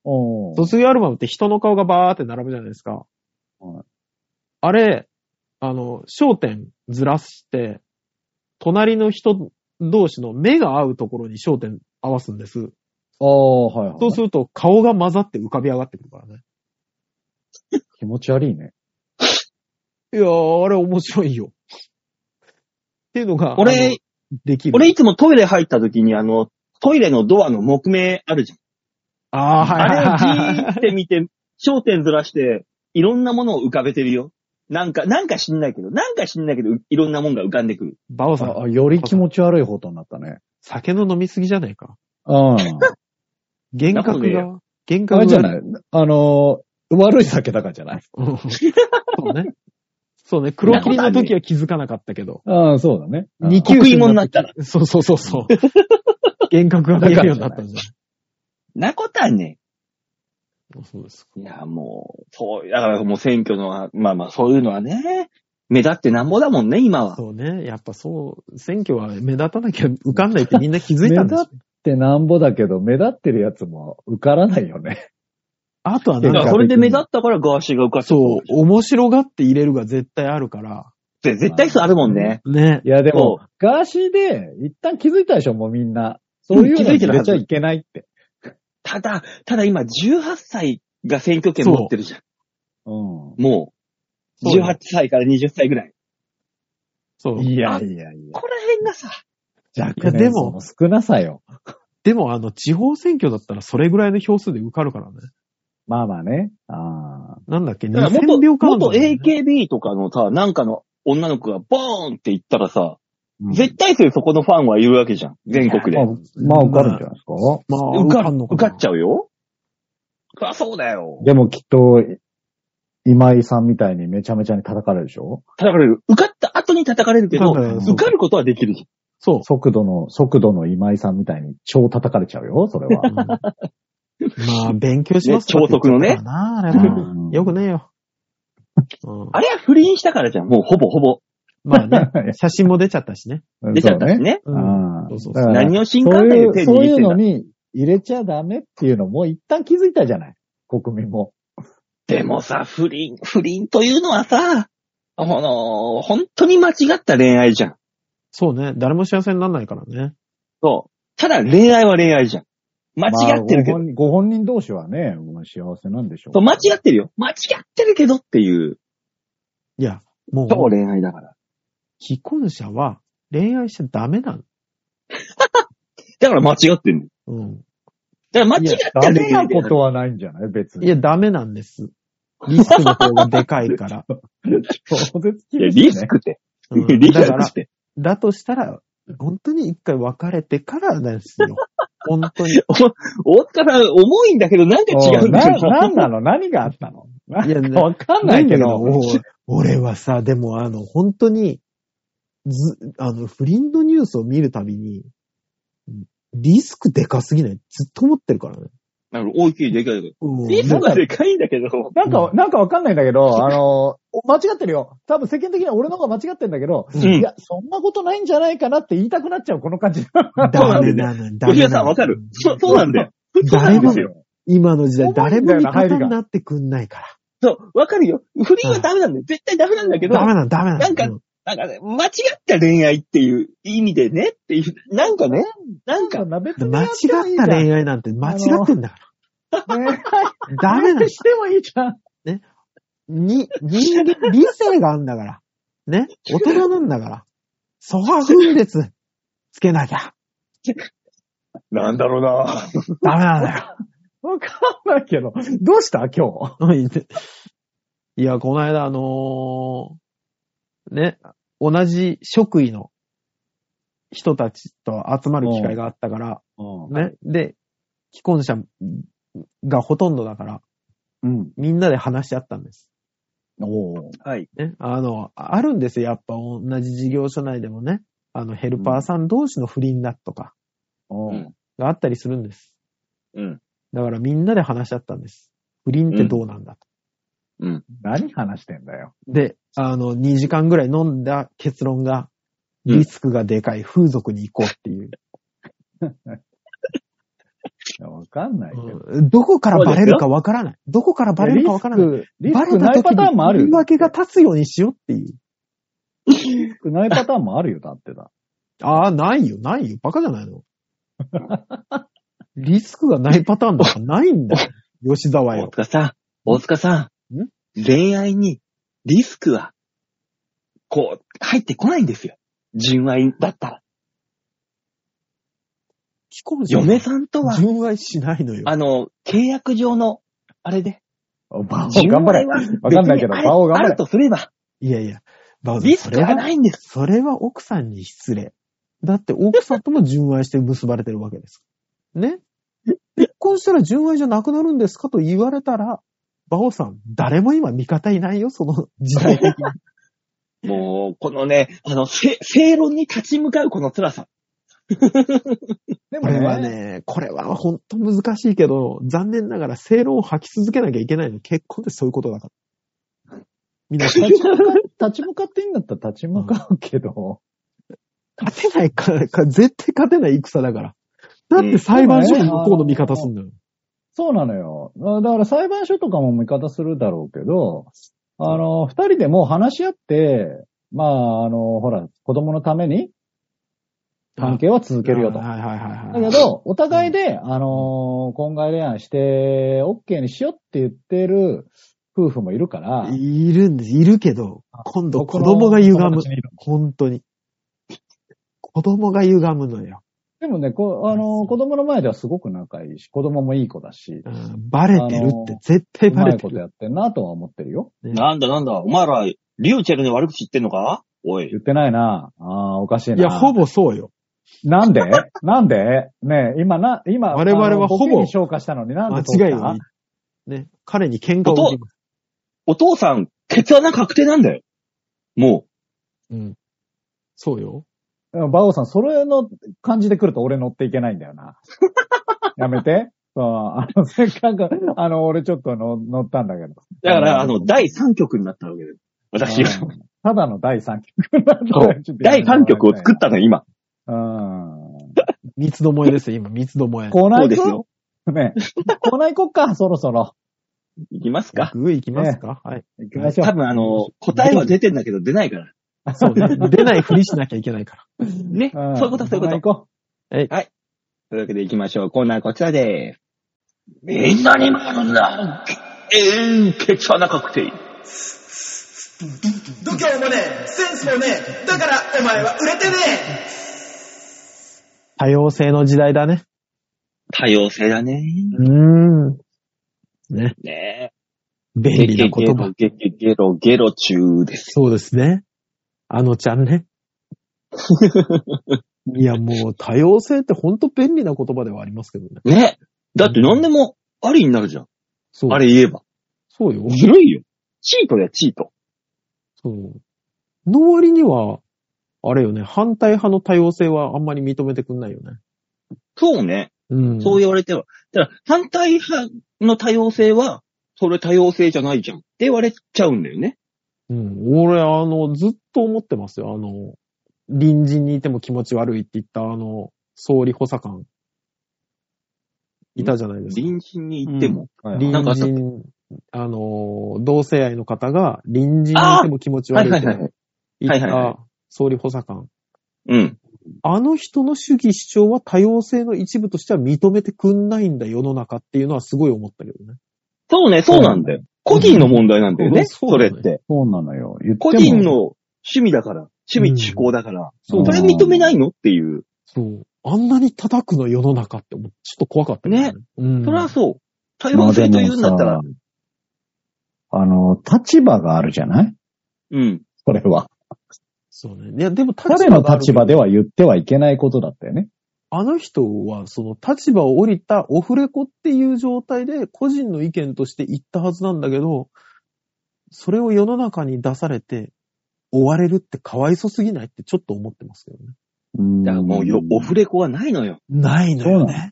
D: おー
C: 卒業アルバムって人の顔がバーって並ぶじゃないですか。
D: はい
C: あれ、あの、焦点ずらして、隣の人同士の目が合うところに焦点合わすんです。
D: ああ、はいはい。
C: そうすると顔が混ざって浮かび上がってくるからね。
D: 気持ち悪いね。
C: いやー、あれ面白いよ。っていうのが、あの
B: 俺、、
C: できる。
B: 俺いつもトイレ入った時に、あの、トイレのドアの木目あるじゃん。
C: あー、はいはいはい
B: あれをじーって見て、焦点ずらして、いろんなものを浮かべてるよ。なんか、なんか知んないけど、なんか知んないけど、いろんなもんが浮かんでくる。
C: バオさん、
D: あより気持ち悪い方とになったね。
C: 酒の飲みすぎじゃないか。
D: うん。
C: 幻
B: なことね
C: 覚
B: え
C: が、幻覚が。
D: あれじゃないあのー、悪い酒だからじゃない
C: うんそうね。そうね。黒霧の時は気づかなかったけど。
D: うん、そうだね。うん
C: 二級
B: 黒
C: 酒
B: いもんなったら。
C: そうそうそうそう。幻覚が見えるようになったんじゃない
B: なことはね。
C: そうですか。
B: いや、もう、そう、だからもう選挙のは、まあまあ、そういうのはね、目立ってなんぼだもんね、今は。
C: そうね。やっぱそう、選挙は目立たなきゃ受かんないってみんな気づいたんです
D: 目立ってなんぼだけど、目立ってるやつも受からないよ ね。
C: あとは
B: だ
C: な
B: から
C: んか
B: そ、れで目立ったからガーシーが受かったと思
C: そう、面白がって入れるが絶対あるから。
B: で絶対そうあるもんね。
C: ね
D: い。や、でも
B: そ、
D: ガーシーで、一旦気づいたでしょ、もうみんな。そう
B: う
D: いう
B: ん
D: の
B: 気づ
D: に
B: いてる
D: 入
B: は
D: れち
B: ず
D: ゃいけないって。
B: ただ、ただ今18歳が選挙権持ってるじゃん。
D: う
B: もう、
C: そう
B: 18歳から20歳ぐらい。
C: そう。
D: ん。い
C: い
D: やいやいや。
B: ここら辺がさ、
D: 若
C: で
D: 年
C: も
D: 層の少なさよ。
C: でもあの、地方選挙だったらそれぐらいの票数で受かるからね。
D: まあまあね。あ
C: なんだっけ、
B: だから
C: 2000
B: 元、
C: 秒間、
B: 元 AKB とかのさ、なんかの女の子がボーンって言ったらさ、
D: ー
B: 絶対数そこのファンはいるわけじゃん。全国で
D: まあ。、まあ受かるんじゃないですか。
C: まあ、
B: 受かる、
C: のか
B: 受
C: な
B: かっちゃうよ。そりゃそうだよ。
D: でもきっと、今井さんみたいにめちゃめちゃに叩かれるでしょ
B: 叩かれる。受かった後に叩かれるけど、
C: 叩かれる
B: 受かることはできるじ
C: そう。。
D: 速度の、速度の今井さんみたいに超叩かれちゃうよ、それは
C: まあ、勉強しますか
B: ね朝食のね
C: って言っちゃったからなあれ
D: う
C: は。
D: ん
C: よくねえよ。うん
B: ゃん。あれは不倫したからじゃん。もうほぼほぼ。
C: まあね、写真も出ちゃったしね。
B: 出ちゃったし。ね。
D: そううんん
C: そうそうそう
D: だから
B: 何を新
D: そ
B: 幹
D: うい
B: 線
D: う、
B: で手
D: そう
B: に
D: い
B: 入れて
D: うの
B: んだ。
D: に入れちゃダメっていうのも一旦気づいたじゃない。国民も。
B: でもさ、不倫、不倫というのはさ、あの、本当に間違った恋愛じゃん。
C: そうね、誰も幸せにならないからね。
B: そう。ただ恋愛は恋愛じゃん。間違ってるけど。
D: まあご本人ご本人同士はね、もう幸せなんでしょう。
B: そう間違ってるよ。間違ってるけどっていう、
C: いや、も
B: 超
C: う、
B: 恋愛だから。
C: 既婚者は恋愛しちゃダメなの。
B: だから間違ってるの。
C: うん。
B: だから間違
D: いや
B: った
D: ダメ
B: 恋愛
D: な
B: だよ
D: ことはないんじゃない別
C: い
D: に。
C: や、ダメなんです。リスクの方がでかい から。
D: 超絶
B: いや、
D: 厳しい、ね。
B: リスクって。
C: うん
B: リス
C: だから
B: クっ、て。
C: だとしたら、本当に一回別れてからですよ。本当に。い
B: 大塚さん、重いんだけど、なんか違
D: お
B: う
D: い
B: んだ
D: な、
B: よ。
D: なんなの何があったのな ん
C: や、
D: かわかんないけど。
C: お俺はさ、でもあの、本当に、ず、あの、不倫のニュースを見るたびに、リスクでかすぎないずっと思ってるからね。
B: なんか大きいでかいでか
C: うん
B: い。リスクはでかいんだけど、
D: なんか、
C: う
D: なんかわかんないんだ けど、あの、お間違ってるよ。多分世間的には俺の方が間違ってんだけど、
C: うん
D: いや、そんなことないんじゃないかなって言いたくなっちゃう、この感じ。
C: ダメなのよ、ダメなのよ
B: 吉田さんわかるそう、そうなんだよ。そうな
C: 誰
B: んで
C: も
B: す、よ。
C: 今の時代、
D: 怖
C: 誰
D: いん
C: も
D: だよ
C: 味
D: な
C: 方になってくんないか
B: そう、わかるよ。不倫はダメなんだよ。絶対ダメなんだけ
C: ら。
B: ど、
C: ダメ
B: な
C: なの、ダメなの。
B: なんか
C: うん
B: なんかね、間違った恋愛っていう意味でねっていう、なんかね、なん
D: そ
B: か
D: ん、な別に
C: 間
D: や
C: 違
D: てもい
C: っ
D: いじゃ
C: た
D: ん
C: 恋愛なんて間違ってんだか
D: ね
C: ら。ダメなんだ
D: 恋愛してもいいじゃん。
C: に、人間、理性があんだから。ね。大人なんだから。ソファ分裂つけなきゃ。
B: なんだろうな
C: ダメなんだよ。
D: わかんないけど。どうした今日。
C: いや、この間あのーね、同じ職位の人たちと集まる機会があったから、ね。で、既婚者がほとんどだから、
D: うん。
C: みんなで話し合ったんです。
D: おー
B: はい。
C: ね、あの、あるんですよ。やっぱ同じ事業所内でもね、あの、ヘルパーさん同士の不倫だとか、
D: おー
B: うん
C: があったりするんです。
B: うん。
C: だからみんなで話し合ったんです。不倫ってどうなんだと。
B: うん。
D: 何話してんだよ。
C: で、あの、2時間ぐらい飲んだ結論が、
B: うん
C: リスクがでかい風俗に行こうっていう。
D: いやわかんないけど。
C: うんどこからバレるかわからない。どこからバレるかわからない。
D: いやリスク、
C: バ
D: リス
C: レた
D: クない
C: 時
D: パターンも
C: に
D: あるよ
C: 言い。訳が立つようにしようっていう。
D: リスクないパターンもあるよ、だってだ。
C: ああ、ないよ、ないよ。バカじゃない の。リスクがないパターンとかない んだよ。吉沢
B: 大
C: よ。
B: 塚さん、大塚さん、
C: ん
B: 恋愛にリスクは、こう、入ってこないんですよ。純愛だったら。
C: 既婚者
B: 嫁さんとは、
C: 純愛しないのよ。
B: あの、契約上の、あれで、
D: お馬王
B: 純
D: 頑張
B: 愛
D: れ。
B: は別に
D: わかんないけど
B: ある
D: 馬王頑張れ
B: あるとすれば、
C: いやいや。バウザー
B: リスクはないんです。
C: それは、それは奥さんに失礼。だって奥さんとも純愛して結ばれてるわけです。ね結婚したら純愛じゃなくなるんですかと言われたら、バオさん、誰も今味方いないよ、その時代的 に。
B: もう、このね、あの、せ正論に立ち向かうこの辛さ。
D: で
C: こ
D: も
C: れは
D: ね、
C: ね、これは本当難しいけど、残念ながら正論を吐き続けなきゃいけないの。結婚ってそういうことだから。みんな、
D: 立ち向か立ち向かっていいんだったら立ち向かうけど。
C: 勝てないから、か絶対勝てない戦だから。だって裁判所に向こうの味方すんだよ。
D: そうなのよ。だから裁判所とかも味方するだろうけど、あの、二人でもう話し合って、まあ、あの、ほら、子供のために関係は続けるよと。
C: はいはいはいはい。
D: だけど、お互いで、あのー婚外恋愛して、OK にしようって言ってる夫婦もいるから、
C: いるんです、いるけど、今度子供が歪む。本当に。子供が歪むのよ。
D: でもね、こあのー子供の前ではすごく仲いいし、子供もいい子だし、
C: うんバレてるって、絶対
D: う
C: バ
D: ま
C: レ
D: い
C: て
D: こと
C: る。
D: やってんなとは思ってるよ。
B: なんだなんだ、お前ら、リューチェルの悪口言ってんのかおい
D: 言。ってないな。ああー、おかしいな。
C: いや、ほ。ぼそうよ。
D: なんでなんでねえ今な、今、
C: 我々は
D: あの
C: ほぼ
D: ボケに消化したのになん
C: 間
D: でそうか
C: 違いは。ね。彼に喧嘩を売ります。
B: お父さん、血穴確定なんだよ。も
C: うん。そうよ。
D: バオさん、それの感じで来ると俺乗っていけないんだよな。 やめて。そう、あの、せっかく、あの、俺ちょっとの乗ったんだけど。
B: う。だから、あ
D: うん
B: の、第3局になったわけです。私が。
D: うんただの第3曲なんだ
B: そう第3局を作ったの、今。
D: た。うん。
C: 三つどもえですよ、今、三つどもえ。
D: 来
B: そ
D: な
B: う
D: い
B: です
D: こ
B: よ。
D: ね。来ないこっか、そろそろ。
B: いきますか。
C: グー行きますかはい。
D: 行きましょ
B: 多
D: う。
B: 分、あの、答えは出てんだけど出ないから。
C: そうね。出ないふりしなきゃいけないから。
B: ね。
D: ん
B: そういうこと、そういうこと
D: 来な。こと
B: いうわけで行きましょう。コーナーこちらでーす。みんなに回るんだ永遠決穴確定
A: 度胸もねえ、センスもねえ、だからお前は売れてねえ
C: 多様性の時代だね。
B: 多様性だね
C: うーん。ね。
B: ー。ねえ。
C: 便利な言葉。
B: ゲゲゲロゲロ中です。
C: そうですね。あのちゃんね。いや、もう多様性ってほんと便利な言葉ではありますけどね。
B: ねだって何でもありになるじゃん。
C: そう。
B: あれ言えば。
C: そうよ。
B: ずるいよ。チートだよ、チート。
C: そう。の割には、あれよね、反対派の多様性はあんまり認めてくんないよね。
B: そうね。
C: うん。
B: そう言われては。だから、反対派の多様性は、それ多様性じゃないじゃんって言われちゃうんだよね。
C: うん。俺、あの、ずっと思ってますよ。あの、隣人にいても気持ち悪いって言った、あの、総理補佐官。いたじゃないですか。
B: 隣人に行っても。
D: はいはい
B: なんか
C: 隣
B: あった
C: 人、あの、同性愛の方が、隣人にいても気持ち悪いけど
B: あーはいはいは
C: 言っ
B: はいはいは
C: た総理補佐官。
B: うん。
C: あの人の主義主張は多様性の一部としては認めてくんないんだ世の中っていうのはすごい思ったけどね。
B: そうね、そうなんだよ。個人の問題なんだよね、
C: そう
B: それ
C: だね
B: って。
D: そうなのよ。言っても
B: 個人の趣味だから、趣
C: うん
B: 味、思考だから、
D: そう
B: それ認めないのっていう。
C: そう。あんなに叩くの世の中って、ちょっと怖かったけど
B: ね。
C: うん。
B: それはそう。多
D: ま
B: 様
D: あで
B: 性
D: も
B: というんだったら
D: さ、あの、立場があるじゃない
B: うん。
D: それは。
C: そうね。いや、でも立
D: 彼
C: があ
D: の
C: る
D: 立場では言ってはいけないことだったよね。
C: あの人は、その立場を降りたオフレコっていう状態で個人の意見として言ったはずなんだけど、それを世の中に出されて追われるってかわいそすぎないってちょっと思ってますけどね。
D: うん
B: だからもうよ、オフレコはないのよ。
C: ないのよね。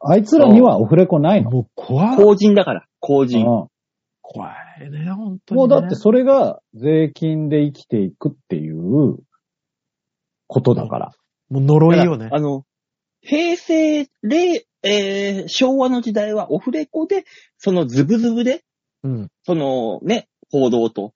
D: あいつらにはオフレコないの。
C: もう怖い。
B: 公人だから、公人。
D: う
C: 怖いね、本当
D: ん
C: に、
D: も
C: ね。
D: うだってそれが税金で生きていくっていうことだから。
C: もう呪いよ
B: だ
C: ね
B: か。らあの、平成、令、えー昭和の時代はオフレコで、そのズブズブで、
C: うん。
B: そのね、報道と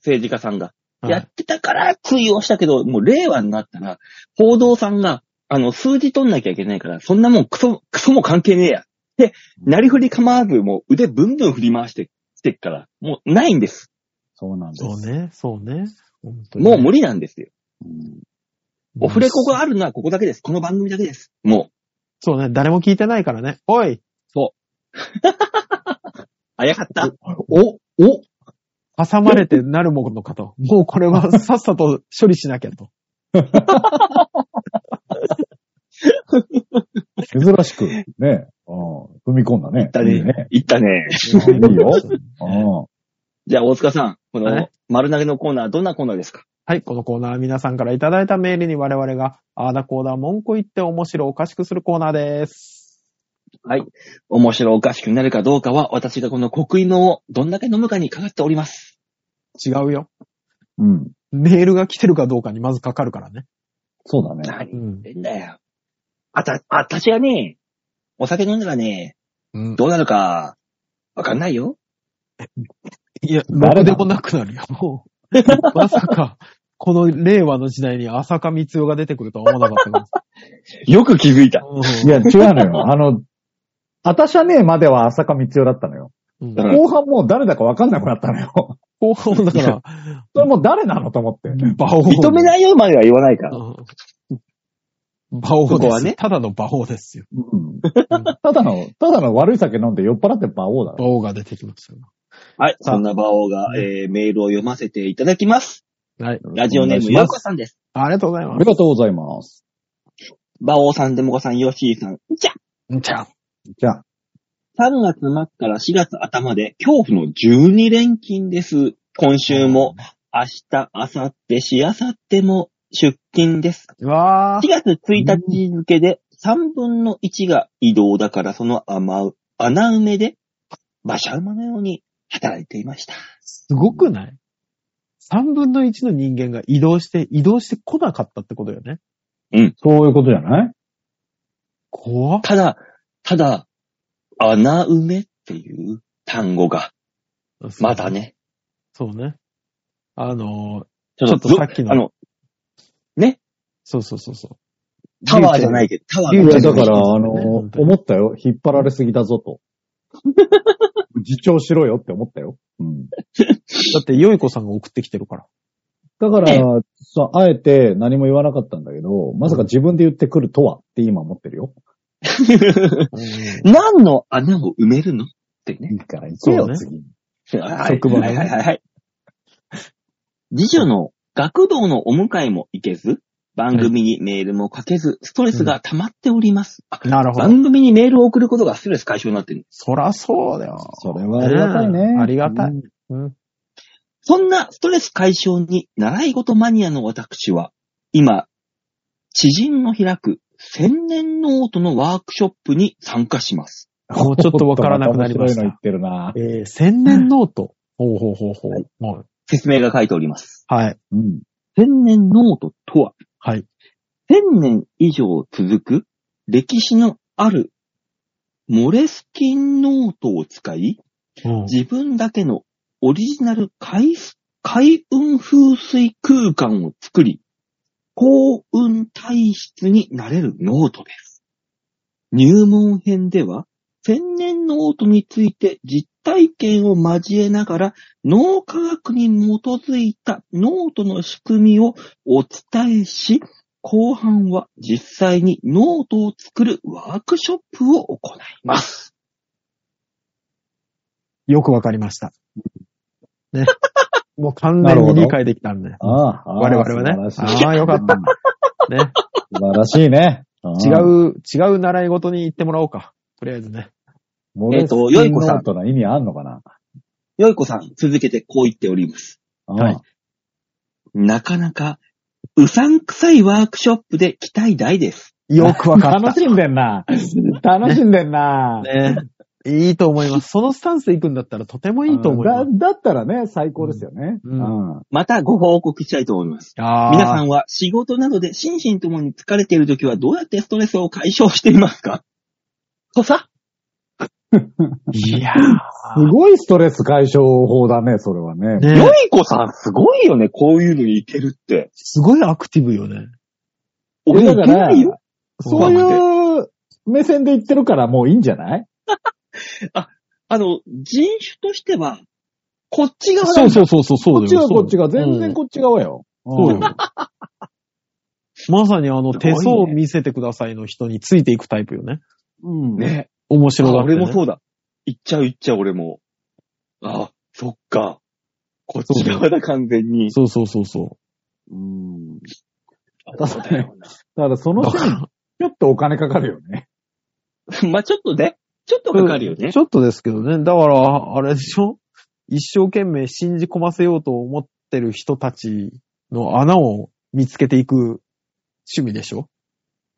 B: 政治家さんが
C: はい
B: やってたから通用したけど、もう令和になったら、報道さんが、あの、数字取んなきゃいけないから、そんなもんクソ、クソも関係ねえや。で、なりふり構わず、もう腕ぶんぶん振り回して、してっから、もうないんです。
D: そうなんです。
C: そうね、そうね。本当に
B: もう無理なんですよ。
D: うん
B: オフレコがあるのはここだけです。この番組だけです。もう、
C: そうね、誰も聞いてないからね。おい、
B: 早かった。
D: お、お、
C: 挟まれてなるものかと。もうこれはさっさと処理しなきゃと。
D: 珍しく、ね、うん踏み込んだね。
B: だね
D: いいね。
B: いったね。
D: いいよ。うん
B: じゃあ、大塚さん、こ
C: は
B: の
C: い
B: 丸投げのコーナー、どんなコーナーですか
C: はい、このコーナーは皆さんからいただいたメールに我々が、あーだこーだ文句言って面白おかしくするコーナーです。
B: はい。面白おかしくなるかどうかは、私がこの刻印のをどんだけ飲むかにかかっております。
C: 違うよ。
D: うん。
C: メールが来てるかどうかにまずかかるからね。
D: そうだね。
B: 何
C: う
B: 言
C: ん
B: っ。てんだよ。あた、あたしがね、お酒飲んだらね、
C: うん、
B: どうなるか、わかんないよ。
C: いや、ろ
D: 誰だ
C: くでもなくなるよ。もうまさか、この令和の時代に浅香光代が出てくるとは思わなかったで
B: よく気づいた。
C: す
D: いや、違うのよ。 あの、あたしゃねえまでは浅香光代だったのよ。
C: うん。
B: うん
D: 後半もう誰だかわかんなくなったのよ。
C: 後半だから、
D: それもう誰なのと思って。
C: 馬王。
B: 認めないよまでは言わないか
C: う
B: ら。
C: ん。馬王
B: そこ
C: で
B: は
C: す。
B: ね
C: ただの馬王ですよ。
D: うんただの、ただの悪い酒飲んで酔っ払って馬王だろ。
C: 馬王が出てきましたよ
B: はい。
C: さあ
B: そんな場をが、えー、メールを読ませていただきます。
C: はい。
B: ラジオネーム、ようこさんです。
C: ありがとうござい
D: あ
C: ま
D: りがとうございます。
B: 馬王さん、デモコさん、ヨッシーさん。じゃ
C: す。じゃあ。
D: じゃあ、
B: 3月末から4月頭で恐怖の12連勤です。今週も、明日、明後日、しあさっても出勤です。
C: うわ
B: 4
C: ー。
B: 月1日付で3分の1が移動だから、その穴う穴埋めで、馬車馬のように働いていました。
C: すごくない三分の一の人間が移動して、移動してこなかったってことよね。
D: そういうことじゃない
C: 怖った
B: だ、ただ、穴埋めっていう単語が、まだ。ね、
C: そうね。あのー、
B: ち
C: ょっとさっきの
B: あの、
C: そうそうそうそ
B: タワーじゃないけど、タワー
D: い
B: の
D: や、
B: 上
D: だ
B: に
D: から、あの、
C: 本当に
D: 思ったよ。引っ張られすぎだ ぞと。自重しろよって思ったよ。うん。
C: う。だって、よいこさんが送ってきてるから。
D: だか
B: ええ
D: ら、そうあえて何も言わなかったんだけど、まさか自分で言ってくるとはって今思ってるよ。
B: 何の穴を埋めるのってね。
D: いいから行けよ、
C: そうね
D: 次。
B: 職
D: 場の
B: はい
D: ね
B: はいはいはい。次女の学童のお迎えも行けず、番組にメールもかけず、ストレスが溜まっております。あ
C: なるほど。
B: 番組にメールを送ることがストレス解消になってる。
C: そらそうだよ。
D: それはありがたいね。
C: うんありがたい
D: うん
B: そんなストレス解消に習い事マニアの私は、今、知人の開く千年ノートのワークショップに参加します。
C: もうちょっとわからなくなりまし
D: 面白いの言
C: た
D: っ。てるな。
C: えー、千年ノート。ほうほうほうほう。はい
B: 説明が書いております。
C: はい。
D: うん。
B: 千年ノートとは、
C: はい。
B: 千年以上続く歴史のあるモレスキンノートを使い、
C: うん
B: 自分だけのオリジナル解海運風水空間を作り、幸運体質になれるノートです。入門編では、千年ノートについて実体験を交えながら、脳科学に基づいたノートの仕組みをお伝えし、後半は実際にノートを作るワークショップを行います。
C: よくわかりました。 ね。もう完全に理解できたんで。ね。
D: ああ、ああ
C: 我々はね
D: 素晴らしい。
C: ああよかった
D: うん。素晴らしいね。
C: 違
D: ん。
C: う、違う習い事に行ってもらおうか。とりあえずね。
D: モレスキン
B: よいこさん
D: ノートの意味あんのかな
B: よいこさん、続けてこう言っております。
C: はい。
B: なかなか、うさんくさいワークショップで期待大です。
C: よく
D: う
C: わ
D: ん
C: かった。
D: 楽しんで んな。楽しんでんな。
C: ね。いいと思います。そのスタンスで行くんだったらとてもいいと思います。
D: だ。だったらね、最高ですよね。
C: うんうん
D: うん
B: またご報告したいと思います。
C: あー
B: 皆さんは仕事などで心身ともに疲れているときはどうやってストレスを解消していますかとさ、
C: いや
D: すごいストレス解消法だね、それはね。
C: ー、ね
B: よいこさんすごいよね、こういうのにいけるって。
C: すごいアクティブよね。
B: 俺
D: だ
B: いけ
D: から
B: ないよ。、
D: そういう目線で言ってるからもういいんじゃない
B: あの、人種としては、こっち側な
C: そ
B: ん
C: う
B: だ
C: そうそうそう、そ
D: こ
C: う
D: っ
C: だ
D: ち
C: よ。
D: がこっちが、全然
C: こ
D: こっち側よ。
C: そうよ
D: ん。
C: まさにあの、
B: すごい
C: 手
B: ね
C: 相を見せてくださいの人についていくタイプよね。
D: うん。
B: ね。
C: 面白が
B: あ
C: って、ね。
B: 俺も
C: う。
B: そうだ。行っちゃう行っちゃう、俺も。あ、そっか。こっち側だ、完全に。
C: そうそうそうそ。
D: うん。
B: そうだよ
D: だからそうの
C: だ
D: 人
C: か
D: に
C: ら、
D: ちょっとお金かかるよね。
B: まあちょっとね、ちょっとかかるよね
C: ち。ょっとですけどね。だから、あれでしょ一生懸命信じ込ませようと思ってる人たちの穴を見つけていく趣味でしょ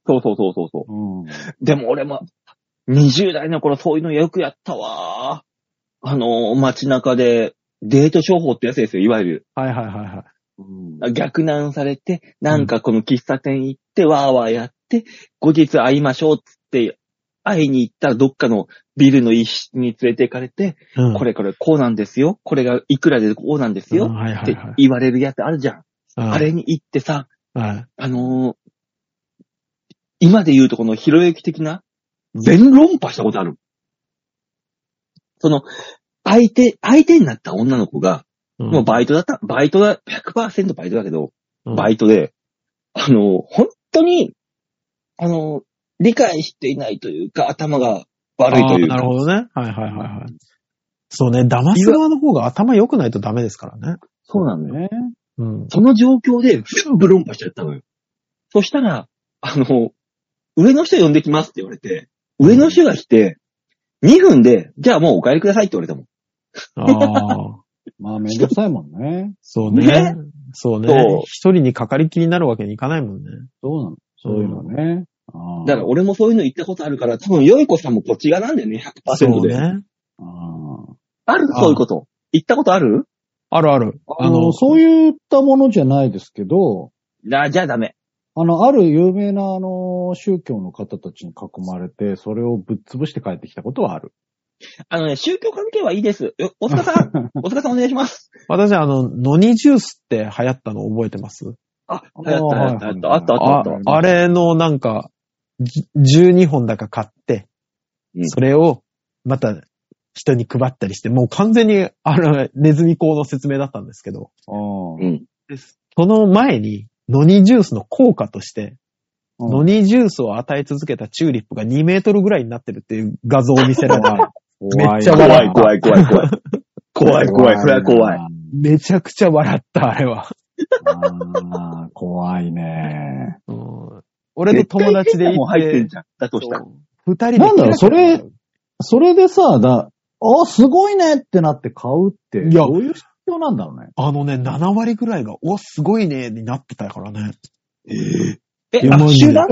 B: そうそうそうそうそ
D: うん。
B: う。でも俺も、20代の頃そういうのよくやったわ。あの、街中で、デート商法ってやつですよ、いわゆる。
C: はいはいはいはい。
B: 逆難されて、なんかこの喫茶店行って、わーわーやって、後日会いましょうっつって、会いに行ったらどっかのビルの一室に連れて行かれて、
C: うん、
B: これこれこうなんですよ。これがいくらでこうなんです
C: うん
B: よ。
C: はいは
B: っ
C: い
B: て
C: はい。
B: 言われるやつあるじゃん。あれに行ってさ、
C: はい。
B: あのー今で言うとこのひろゆき的な全論破したことある。その、相手、相手になった女の子が、もうバイトだった、バイトだ、100%バイトだけど、バ
C: イ
B: イトで、あの、本当に、あの、理解していないというか、頭が悪いという
C: な
B: か
C: る、ほどね。はいはいはいはい。そうね、騙す側の方が頭良くないとダメですからね。
B: そうなんだよ。
D: ね。
C: うん。
B: その状況で全部論破しちゃったのよ。そしたら、あの、上の人呼んできますって言われて、上の人が来て、2分で、じゃあもうお帰りくださいって言われたもん。
C: ああ。
D: まあめんどくさいもんね。
C: そうね
B: ね。
C: そ
B: そ
C: う
B: う
C: ね。一人にかかりきりになるわけにいかないもんね。
D: そうなの。そういうのはね。あー
B: だから俺もそういうの言ったことあるから、多分、よいこさんもこっち側なんだよね、
C: そ
B: 100%
C: う
B: で。
C: ね。
D: あー
B: ある
C: あ
B: そういうこと。言ったことある
C: あるある。
D: あの、そういったものじゃないですけど、
B: あじゃあダメ。
D: あの、ある有名な、あの、宗教の方たちに囲まれて、それをぶっ潰して帰ってきたことはある。
B: あのね、宗教関係はいいです。よ大塚さん、大塚さんお願いします。
C: 私、あの、ノニジュースって流行ったの覚えてます
B: あ、流行った、流行った、流行ったあった、あ
C: あ
B: った、あっ
C: あれのなんか、じ12本だか買って
B: う、ん
C: それをまた人に配ったりして、もう完全にあのネズミ講の説明だったんですけど、
D: あー
B: た。うん。
C: その前にノニジュースの効果として、
D: うん
C: ノニジュースを与え続けたチューリップが2メートルぐらいになってるっていう画像を見せられた。 めっちゃ
B: 怖
C: 笑
B: い、怖い、怖い、怖い。怖い、怖い、それは怖い。
D: あ
C: めちゃくちゃ笑った、あれは。
D: ー怖いね。
C: うん俺と友達で
B: もう
C: 行っ
B: 入ってん
C: て、
B: じゃん。だとしたら。
C: 二人で。
D: なんだろうそれそれでさ、だ、あ、すごいねってなって買うって、
C: いや
D: どういう必要なんだろうね。
C: あのね、7割ぐらいが、お、すごいね、になってたからね。
B: え
C: いやマジで
B: 集団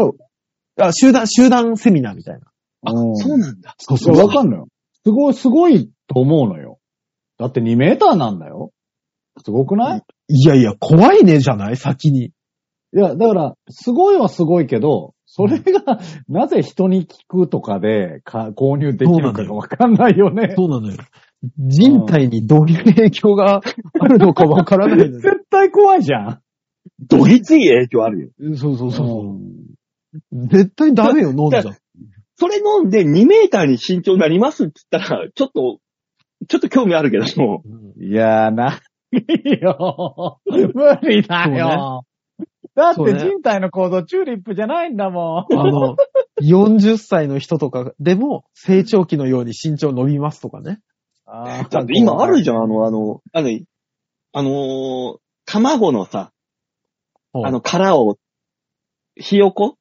C: あ、集団、集団セミナーみたいな。
B: あ、
D: うん
B: そうなんだ。
C: そう
D: いや、わかんのよ。すごい、すごいと思うのよ。だって2メーターなんだよ。すごくない、
C: いやいや、怖いねじゃない先に。
D: いや、だから、すごいはすごいけど、それが、なぜ人に聞くとかでか購入できるかがわかんないよね。
C: そうなのよ。人体にどういう影響があるのかわからないので。
D: 絶対怖いじゃん。
B: どぎつい影響あるよ。
C: そうそうそうそう。絶対ダメ よ、飲んじゃ
B: だ。それ飲んで2メーターに身長になりますって言ったら、ちょっと、 ちょっと興味あるけども。
C: うん
D: いやー、ないよ。無理だよ。だって
C: そうね
D: 人体の構造、チューリップじゃないんだもん。
C: あの、40歳の人とかでも成長期のように身長伸びますとかね。
D: あ
B: だって今あるじゃん、あの、あの、あの、あのー卵のさ、
C: うん
B: あの、殻を、ひよこ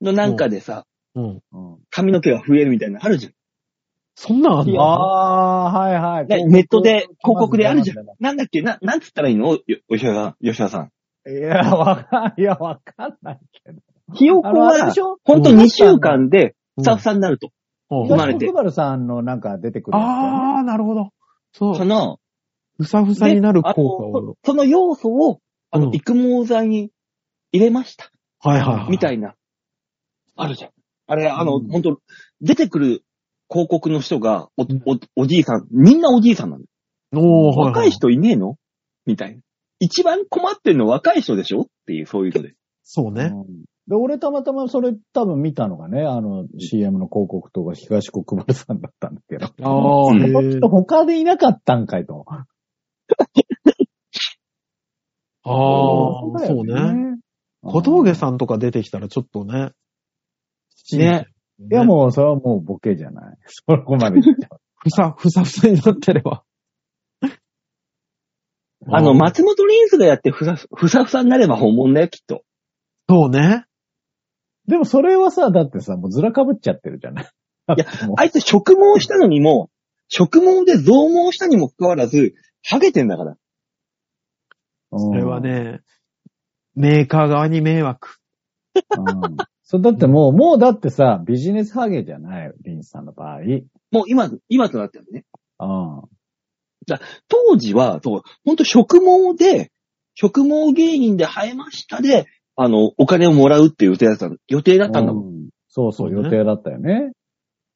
B: のなんかでさ、
C: うん。
D: うん
B: 髪の毛が増えるみたいなのあるじゃん。
C: そんなんあん
B: いや
C: の
D: あー、はいはい。
B: ね
D: 広告
B: ネットで、広告であるじゃん
D: い。
B: なんだっけな、なんつったらいいのよ吉田さん、吉田さん。
D: や、わかん、いや、わかんないけど。
B: ひよこ
D: あの、あれで
B: は
D: し、ょ
B: ほんと
D: うん
B: 2週間で、ふさふさになると。
C: うん
B: 生まれて
D: 東国原さんのなんか出てくるやつだよね。
C: あー、なるほど。そう
B: か。な
C: ふさふさになる
B: あ
C: 効果
B: の
C: を。
B: その要素を、あ
C: う
B: の、
C: ん
B: 育毛剤に入れました。
C: はいはいはい。
B: みた
C: い。
B: いな。あるじゃん。あれ、あの、
D: うん
B: ほんと、出てくる広告の人が、お、お、おじいさん、みんなおじいさんなの。
C: おー、はいは
B: 若い人いねえのみたいな。一番困ってるの若い人でしょっていう、そういうので。
C: そうね。
D: うんで、俺たまたまそれ多分見たのがね、あの CM の広告とか東国原さんだったんだけど。
C: あー、
B: うん
C: へ
D: この人
C: ー。
D: 他でいなかったんかいと。
C: あー、そうね。。小峠さんとか出てきたらちょっとね。
B: ね。
D: ん。いやもう、それはもうボケじゃない。そこまで言っちゃう。
C: ふさ、ふさふさになってれば。
B: あの、松本リンスがやってふさふ、ふさふさになれば本物だよ、きっと。
C: そうね。
D: でもそれはさ、だってさ、もうずらかぶっちゃってるじゃない。
B: いや
D: もう
B: あいつ植毛したのにも、植毛で増毛したにもかかわらず、ハゲてんだから。
C: それは。ね、メーカー側に迷惑。
D: うんそう、だってもう、もうだってさ、ビジネスハゲじゃない、リンスさんの場合。
B: もう今、今となってるね。
D: うん。
B: 当時は、そう、ほんと植毛で、植毛芸人で生えましたで、あの、お金をもらうっていう予定だったの、予定だったんだもん。
D: うん。そうそう、
C: そう
D: 予
C: ね
D: 定だったよね。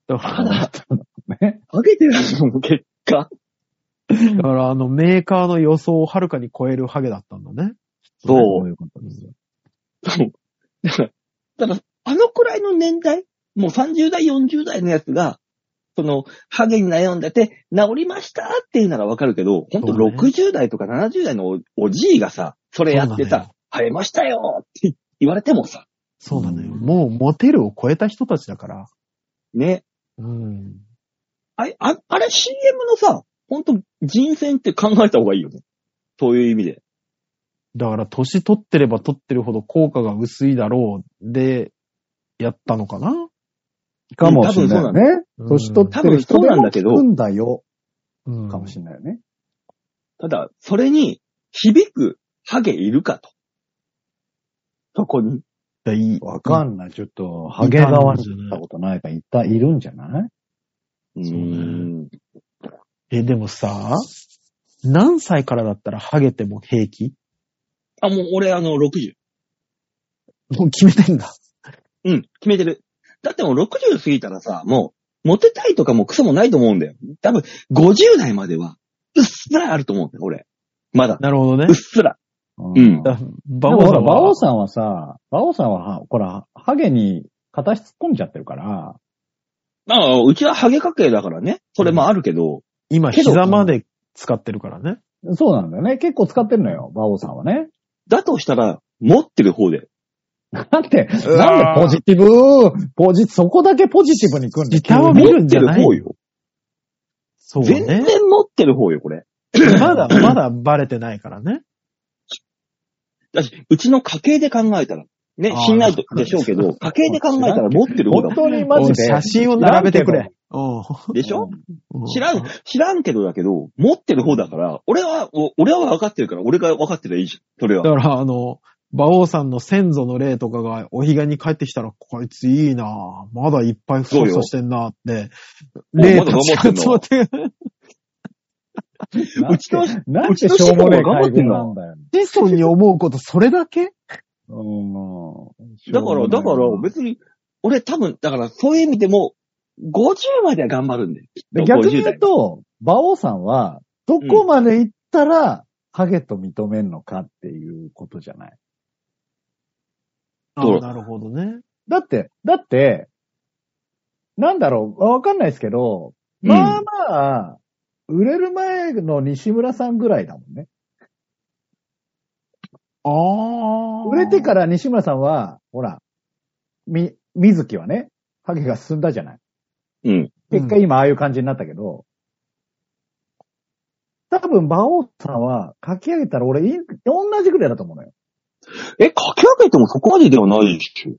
C: だ
D: あ
C: か
D: だ
C: ら、
D: ったんだもんね。
B: ハゲてるの、結果。
C: だからあのメーカーの予想をはるかに超えるハゲだったんだね。
B: そう
D: そ。ういうことですよ。
B: そう。だから、だからあのくらいの年代、もう30代、40代のやつが、その、ハゲに悩んでて、治りましたっていうならわかるけど、ほんと
C: そうね
B: 60代とか70代のおおじいがさ、それやって
C: そうなの
B: さ、生えましたよって言われてもさ、
C: そうなのよ。
D: うん
C: もうモテるを超えた人たちだから。
B: ね。
C: うん。
B: あれ、ああれ CM のさ、ほんと人選って考えた方がいいよね。そういう意味で。
C: だから年取ってれば取ってるほど効果が薄いだろうで、やったのかな
D: かもしれないよね。
C: うん
D: 年取ってる人
B: 多分そう
D: で
B: なん
D: も
B: だけ
D: 聞
B: ど
D: くんだよ。
C: うん。
D: かもしれないよね。
B: ただ、それに響くハゲいるかと。そこに。
C: れない。い
D: わかんない。ちょっと、ハゲ側に行ったことないから、いった、いるんじゃない
B: うん。
C: え、でもさ、何歳からだったらハゲても平気
B: あ、もう俺、あの、60。
C: もう決めてんだ。
B: うん、決めてる。だってもう60過ぎたらさ、もう、モテたいとかもクソもないと思うんだよ。多分、50代までは、うっすらあると思うんだよ、俺。まだ。
C: なるほど
B: う
C: ね
B: っ。すら。うん
D: だ
C: だ
D: か
C: バ
D: ら
C: オ
D: ほ
C: さ
D: ら、
C: ん
D: バ
C: は
D: オさんはさ、バオさんはは、ほら、ハゲに片足突っ込んじゃってるから、
B: まあ、うちはハゲ家系だからね。それもあるけど、
C: 今
B: けど
C: 膝まで使ってるからね。
D: そうなんだよね。結構使ってるのよ、バオさんはね。
B: だとしたら、持ってる方で。
D: なんで、
C: うわー
D: なんでポジティブポジ、そこだけポジティブに来るんだ
C: 下を見
B: 持
C: るん
B: っ
C: じ
B: て
C: ゃ
B: る
C: ない
B: 方よ。
C: そう
B: 全
C: ね。
B: 然持ってる方よ、これ。
C: まだ、まだバレてないからね。
B: だし、うちの家系で考えたら、ね、
C: あー
B: 信頼とでしょうけど、家系で考えたら持ってる方だ
D: 本
B: も
D: 当にマジ
C: おい
D: で。
C: 写真を並べてくれ。
B: ん。でしょ
C: うん
B: 知らん、知らんけどだけど、持ってる方だから、俺は、お俺は分かってるから、俺が分かってりゃいいじゃん。それ
C: だ
B: は。
C: から、あの、馬王さんの先祖の霊とかがお彼岸に帰ってきたら、こいついいなぁまだいっぱいふさふさしてんなぁって、
B: そうよ
C: 霊
B: おまだ
C: た ちが集まって、
D: うん
B: うちの、
D: なんてしょうもねえ会合なんだよ。
C: 子孫に思うことそれだけ
D: うん
B: だから、だから、別に、俺多分、だから、そういう意味でも、50までは頑張るんだよ。
D: で逆に
B: 50
D: 言う
B: 代
D: と、馬王さんは、どこまで行ったら、ハゲと認めんのかっていうことじゃない。
C: あ
B: どう
C: なるほどね。
D: だって、だって、なんだろう、わかんないですけど、
B: うん
D: まあまあ、売れる前の西村さんぐらいだもんね。
C: ああ。
D: 売れてから西村さんは、ほら、み、水木はね、ハゲが進んだじゃない。
B: うん。
D: 結果今ああいう感じになったけど、多分、馬王さんは、書き上げたら俺、い同じぐらいだと思うのよ。
B: え、書き上げてもそこまでではないでしょ。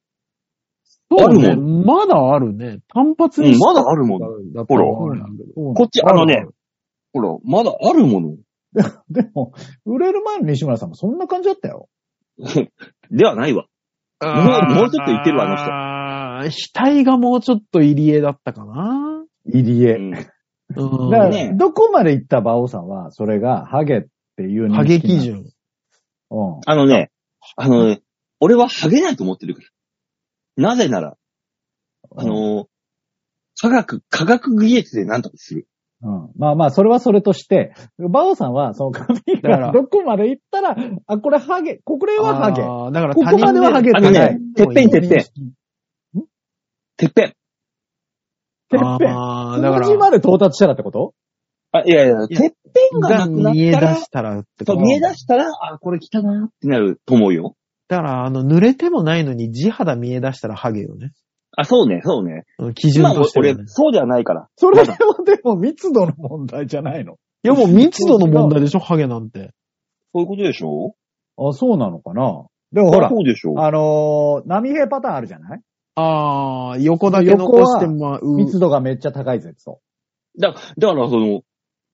C: そう
B: あ
C: ね。
B: るも
C: まだあるね。単発
B: う
C: に
B: ん、
C: し
B: まだあるも
C: た
B: の。
C: んだ
B: ほらこっち、あのね、ほら、まだあるもの。
D: でも、売れる前の西村さんもそんな感じだったよ。
B: ではないわ。もうもうちょっといけるわあの人
C: あの人。額がもうちょっと入り江だったかな。
D: 入
B: う
D: 江。
B: ん。
C: うん。
D: だから、
B: ね
D: どこまで行った馬王さんは、それが、ハゲっていう認識なの
C: ハゲ基。準。
D: うん。
B: あのね、あのね、俺はハゲないと思ってるから。なぜなら、あの、科学、科学技術で何とかする。
D: うん。まあまあ、それはそれとして、馬王さんは、その髪
C: だか
D: が
C: ら
D: どこまで行ったら、あ、これハゲ、これはハゲ。
C: あーだから
D: ここまではハゲ
B: あ
D: て
B: の
D: ない。
B: ね、てっぺんてっぺん、てっぺん。
D: てっぺん。
C: ああ、だか
D: 数字
C: ら、
D: まで到達したらってこと
B: あ、いやいや、てっぺんがな
C: が
B: くなっ
C: 見え
B: た
C: 出
B: ら、
C: したらって
B: そ
C: こ
B: う
C: と
B: 見え出したら、あ、これ来たなってなると思うよ。
C: だから、あの、濡れてもないのに地肌見え出したらハゲよね。
B: あ、そうね、そうね。
C: うん基準
B: 今
C: としてはね、
B: 俺、そうではないから。
D: それはでも密度の問題じゃないの。
C: いや、もう密度の問題でしょ、ハゲなんて。
B: そういうことでしょ
D: あ、そうなのかなでもほら
B: そ、うでしょ
D: あのー波平パターンあるじゃない
C: ああ、横だけ残して、まあ、う
D: 密度がめっちゃ高いぜ、と。
B: だ、だから、その、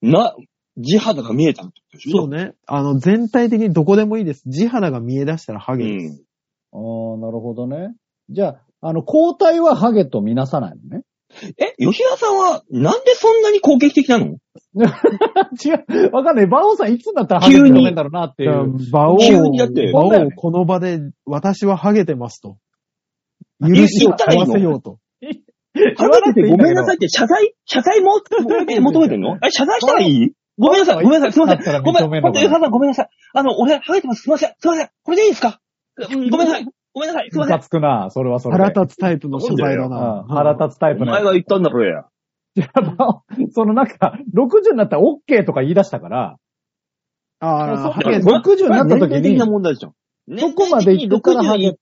B: な、地肌が見えたってことでしょ
C: そうね。あの、全体的にどこでもいいです。地肌が見え出したらハゲです。
B: うん。
D: ああ、なるほどね。じゃあ、あの、交代はハゲとみなさないのね。
B: え、吉田さんは、なんでそんなに攻撃的なの
D: 違う。わかんない。バオさんいつになったらハゲってめんだろうなってい
C: だから
D: う。
C: 馬王、
B: 急にだって
C: 馬
D: そうだよ
C: 王
D: ね
C: この場で私はハゲてますと。許
B: 言
C: しを
B: ったらいい
C: 買
B: の
C: わせようと。
B: ハゲててごめんなさいって、謝罪、謝罪も、求めてんの え、謝罪したらいいごめんなさい、ごめんなさい、すいません。
D: だったら
B: ごめん、
D: 認め
B: 本
D: んの
B: 当
D: か
B: 吉
D: な
B: 田さんごめんなさい。あの、俺、ハゲてます、すいません、すいません。これでいいですかうんごめんなさい、ごめんなさい、すいま
D: ム
B: せ
D: カ
B: ん。
D: つくな、それはそれで。
C: 腹立つタイプの謝罪だ
D: う
C: な。
D: ん、腹立つタイプのやつ。
B: 言ったんだろうや。
D: 馬王 そのなんか、60になったら OK とか言い出したから、
C: ああ、ハ
B: だから
C: ゲ
D: 60
B: ごめん
D: になっ
B: 年
D: た時
B: 齢的
D: に
B: な、問題じゃん。
D: どこまで行ったらハ
B: 年
D: ゲ
B: 齢的に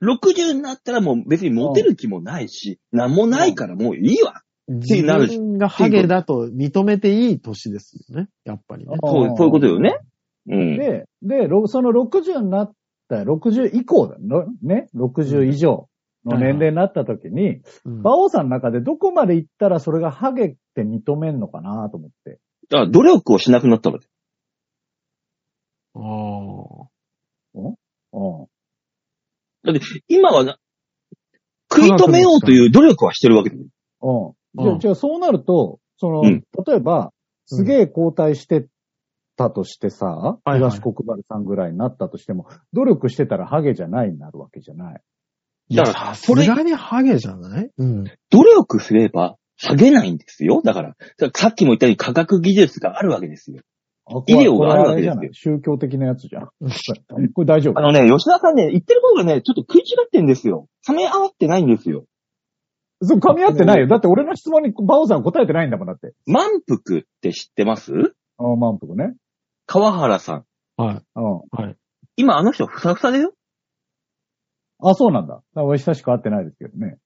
B: 60になったらもう別にモテる気もないし、なんもないからもういいわ。
C: 自分がハゲだと認めていい年ですよね。やっぱりね。
D: うん
B: そうそういうことよね。うん。
D: で、で、ろその60になった、60以降だろね、60以上の年齢になった時に、
C: うん
D: 馬王さんの中でどこまで行ったらそれがハゲって認めんのかなと思って。
B: だから努力をしなくなったので。
C: あー
D: うん。
B: 今はな、食い止めようという努力はしてるわけだよ。
D: うん。じゃ
C: うん
D: あ、じゃあそうなると、その、
B: うん
D: 例えば、すげえ交代してたとしてさ、
C: はいはい
D: 東国原さんぐらいになったとしても、努力してたらハゲじゃないになるわけじゃない。
C: いや
B: だから
C: さすがにハゲじゃないうん。
B: 努力すれば、下げないんですよ。だから、さっきも言ったように科学技術があるわけですよ。
D: あこ
B: 医
D: れ
B: 療があるわけですよ
D: これあれじゃない宗教的なやつじゃん。これ大丈夫
B: あ。のね、吉田さんね、言ってることがね、ちょっと食い違ってんですよ。冷め合わってないんですよ。
D: そう、噛み合ってないよ。だって俺の質問にバオさん答えてないんだもん、だって。
B: 満腹って知ってます
D: あの満腹ね。
B: 川原さん。
C: はい。
D: うん。
B: 今あの人ふさふさだよ。
D: あ、そうなんだ。だから俺久しく会ってないですけどね。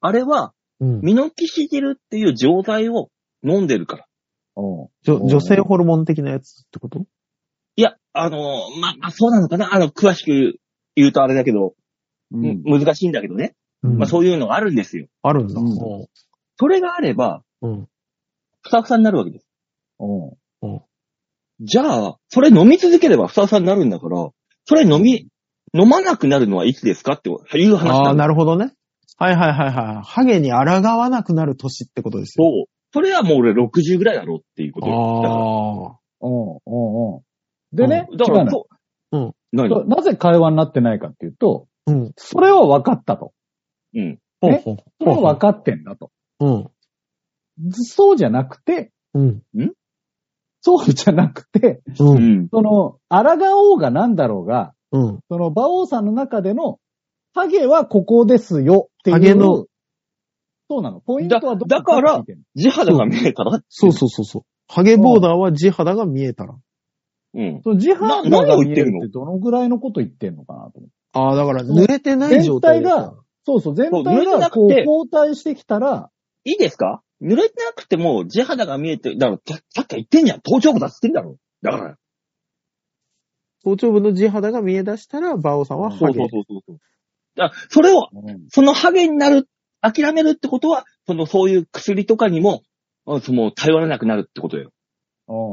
B: あれは、
C: うん。
B: ミノキシジルっていう錠剤を飲んでるから。
D: うん。
C: じょ女性ホルモン的なやつってこと
B: いや、あの、ま、まあ、そうなのかなあの、詳しく言うとあれだけど、
D: うん。
B: む難しいんだけどね。
C: うん
B: まあ、そういうのがあるんですよ。
C: あるんだ。
D: うん
C: おう
B: それがあれば、
C: うん。
B: ふさふさになるわけです。
D: うん。
B: じゃあ、それ飲み続ければふさふさになるんだから、それ飲み、飲まなくなるのはいつですかっていう話な
C: ああ、
B: んだ。
C: なるほどね。はいはいはいはい。ハゲに抗わなくなる年ってことですよ。
B: そう。それはもう俺60ぐらいだろうっていうことよだから
C: ああ。
D: うん。うん。うん。でね、
B: だ
D: 違
B: から、
D: うのよ
B: そう。
C: うん。
B: 何
D: そうなぜ会話になってないかっていうと、
C: うん。
D: それは分かったと。
B: うん。
C: ほう
D: え
C: ほう
D: それは分かってんだと。
C: うん。
D: そうじゃなくて、
C: うん。
D: そうじゃなくて、
C: う。
B: うんん。
D: その、抗おうがなんだろうが、
C: うん。
D: その、馬王さんの中での、影はここですよっていう。
C: ハゲの。
D: そうなの。ポイントはどこ
B: だだから
D: って聞いてんの
B: 地肌が見えたら
C: そうそうそうそう。ハゲボーダーは地肌が見えたら。
B: うん。
D: その自販
B: な何を
D: が
B: 言
D: 見
B: って
D: え
B: る
D: る
B: の
D: ってどのぐらいのこと言ってんのかなと思って。
C: ああ、だから濡れてない状態ですよ。
D: そうそう、全
B: そう
D: 体
B: 濡れてな
D: が
B: く
D: こう
B: て
D: 交代してきたら、
B: いいですか濡れてなくても地肌が見えてる。だから、ささっき言ってんじゃん。頭頂部だっつってんだろ。だから。
C: 頭頂部の地肌が見え出したら、バオさんはハ
B: そう
C: ゲ
B: そう。そうそうそう。だからそれを、そのハゲになる、諦めるってことは、その、そういう薬とかにも、あその、頼らなくなるってことよ。
D: おーおーおー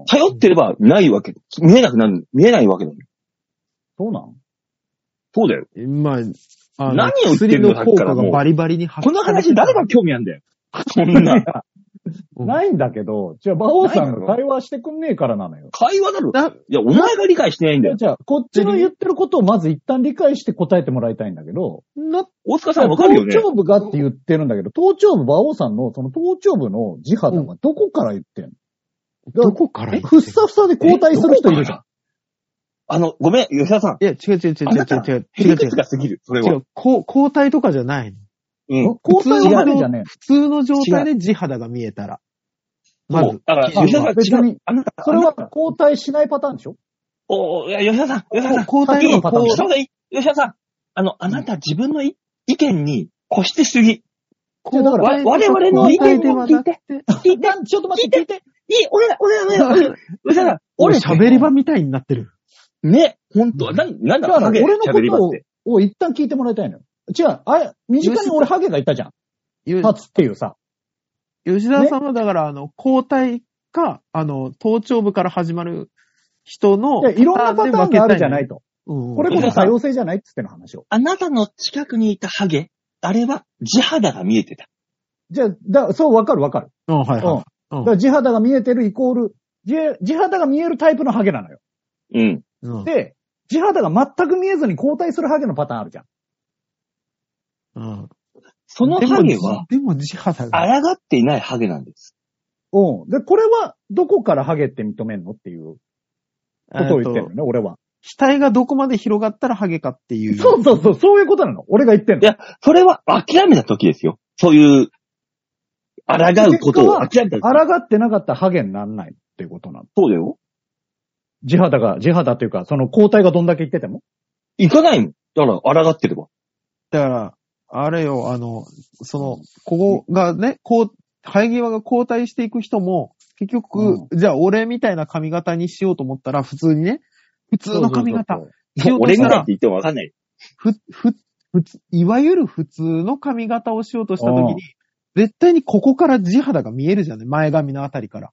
D: おー
B: 頼ってればないわけ。見えなくなる、見えないわけだよ。
D: そうなん
B: そうだよ。
C: まあ、あの
B: 何を言ってんの
C: 薬の効果
B: さっきからも
C: が
B: う
C: バリバリに発
B: この話誰が興味あんだよ。そんな。
C: うん
D: ないんだけど、じゃあ、馬王さん
B: ないの
D: が会話してくんねえからなのよ。
B: 会話だろ。
C: だ
B: いや、お前が理解してないんだよ。
D: じゃあ、こっちの言ってることをまず一旦理解して答えてもらいたいんだけど、
C: な、
B: 大塚さんわ
D: 頭
B: かるよね。
D: 頂部がって言ってるんだけど、頭頂部、馬王さんの、その頭頂部の地肌がどこから言ってんの
C: どこから
D: ふっさふさで交代する人いるじゃん。
B: あの、ごめん、吉田さん。
C: いや、違う違う違う
B: あ
C: 違
B: なた
C: う違う違
B: ヘリ
C: う違
B: ク
C: う
B: ツが過ぎる、それ
C: 違
B: は。
C: う。こう交代とかじゃないの。
B: うん。
D: 交代はねじゃね
C: 普通の状態で地肌が見えたら。ま
B: そ
C: ず
B: う。。だから、
C: 基準
B: 吉田
C: は
D: 別
B: さん、違
D: に
B: う。あなた、
D: え。それ
B: あ
D: は
B: なた
D: 交代しないパターンでしょ
B: おおいや、吉田さん、吉田さん。
C: 交代
B: いい
C: の
D: パ
B: こ
D: ターン
B: う
C: こ
B: 吉田さん、吉田さん。あの、あなた自分のい意見に固してすぎ。
C: う交代
B: わ我々の意見を聞いて
C: 交代ではなくて
B: 聞いて、
D: ちょっと待
B: 聞
D: っ
B: い
D: て、
B: て、いい、俺ら、俺ら、俺ら、俺ら吉田さん、
C: 俺
B: 俺、
C: 喋り場みたいになってる。
B: ね、本当なん、なんだ
D: だから
B: ハゲ
D: 俺の
B: 喋り
D: こ
B: 場
D: と
B: っ
D: を
B: て。
D: を一旦聞いてもらいたいのよ。違う、あれ、身近に俺ハゲがいたじゃん。
C: ゆ
D: 立つっていうさ。
C: 吉田さんはだから、あの、交代か、あの、頭頂部から始まる人の
D: いや、いろんなパターンがあるじゃないと。
C: うん。
D: これこそ多様性じゃないっつっての話を。
B: あなたの近くにいたハゲ、あれは地肌が見えてた。
D: じゃあ、だそう、わかるわかる。
C: うん、はいは
D: う。
C: うんん
D: だから地肌が見えてるイコール、地地肌が見えるタイプのハゲなのよ。
B: うん。
C: い。うん
D: で、地肌が全く見えずに交代するハゲのパターンあるじゃん。
C: うん。
B: その
C: でも
B: ハゲは、
C: でも地肌が。
B: 抗っていないハゲなんです。
D: うん。で、これは、どこからハゲって認めんのっていうことを言ってる
C: えっ
D: の
C: と
D: ね、俺は。
C: 額がどこまで広がったらハゲかっていう。
D: そうそうそう、そういうことなの。俺が言ってんの
B: い。や、それは諦めた時ですよ。そういう、抗うことを諦めた時。
D: 抗ってなかったらハゲになんないっていうことなの。
B: そうだよ。
D: 地肌が、地肌というか、その交代がどんだけいってても。
B: 行かないもん。だから、抗ってれば。
C: だから、あれよ、あの、その、ここがね、こう、生え際が交代していく人も、結局、じゃあ俺みたいな髪型にしようと思ったら、普通にね、普通の髪型
D: そうそう
C: しようと
B: 俺
C: した
B: がだって
C: ら、
B: 言ってもわかんない。
C: ふ、ふ、ふつ、いわゆる普通の髪型をしようとした時に、絶対にここから地肌が見えるじゃない前髪のあたりから。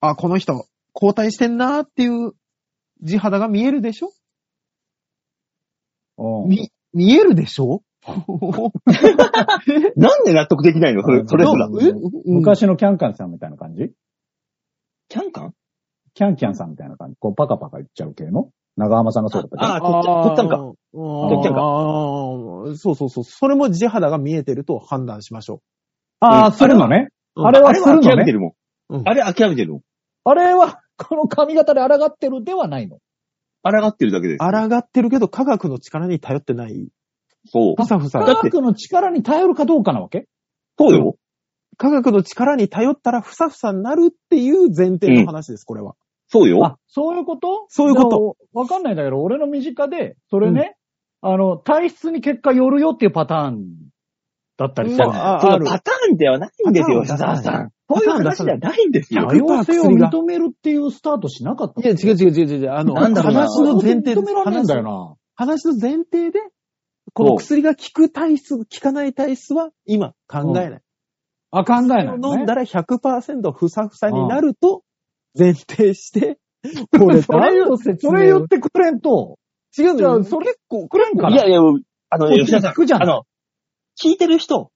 C: あ、この人、交代してんなーっていう地肌が見えるでしょ
D: そううん
C: み、見えるでし ょ
B: なんで納得できないのそれ、それすら
D: ど。
C: えうん
D: 昔のキャンキャンさんみたいな感じ
B: キャンカン
D: キャンキャンさんみたいな感じこうパカパカ言っちゃう系の長浜さんがそうだったけど
B: あ取っちゃ取ったんか
C: あー
D: 取っちゃう
B: か
C: あーそうそうそう。それも地肌が見えてると判断しましょ
D: あ
B: う
D: あ、
B: ん
D: するのね。
C: うん
D: あれ
B: あ
D: は
B: れ
D: す
B: は
D: る
B: 諦
D: の
B: めて
D: ね。
B: るも。
C: うんん
B: あれ諦めてるもん。
D: あれは、この髪型で抗ってるではないの。
B: 抗ってるだけです。
C: う。抗ってるけど科学の力に頼ってない。
B: そう
C: ふ。さふさ
D: 科。
B: だって
D: 学の力に頼るかどうかなわけ
B: そうよ。
C: 科学の力に頼ったらふさふさになるっていう前提の話です、これは。
B: そうよ。
D: あ、そういうこと。
C: そういうこと
D: わかんないんだけど、俺の身近で、それね、あの、体質に結果よるよっていうパターンだったりするのよ。
C: まあ
B: その
C: ある
B: パターンではないんですよ、
C: パ
B: 吉
C: ターンは
B: 沢
C: 出さない
B: さん。そういう話じゃないんですよ
C: パ。タ
D: 多
C: ーンは出
D: 様
C: さない
D: 性を認めるっていうスタートしなかった
C: いや、違う違う違う違う。あの、
B: なんだろうな
C: 話の前提で
D: 認
C: す
D: め。られないんだよ
C: 話の
D: な。
C: 話の前提で、この薬が効く体質、効かない体質は今考えない。
D: あ、考えない、ね。
C: 飲んだら100%ふさふさになると前提 して、こ れ
D: それ
C: 何
D: 言
C: の
D: う
C: 説
D: それ言
C: 明
D: っ
C: を
D: てくれんと、
C: 違うんだ
D: じゃ
C: よ。
D: あ、それ、くれんから。
B: いやいや、あのね、
D: こっち
B: 吉田さ
D: 聞くじゃ
B: ん、
D: ん
B: あの、聞いてる人、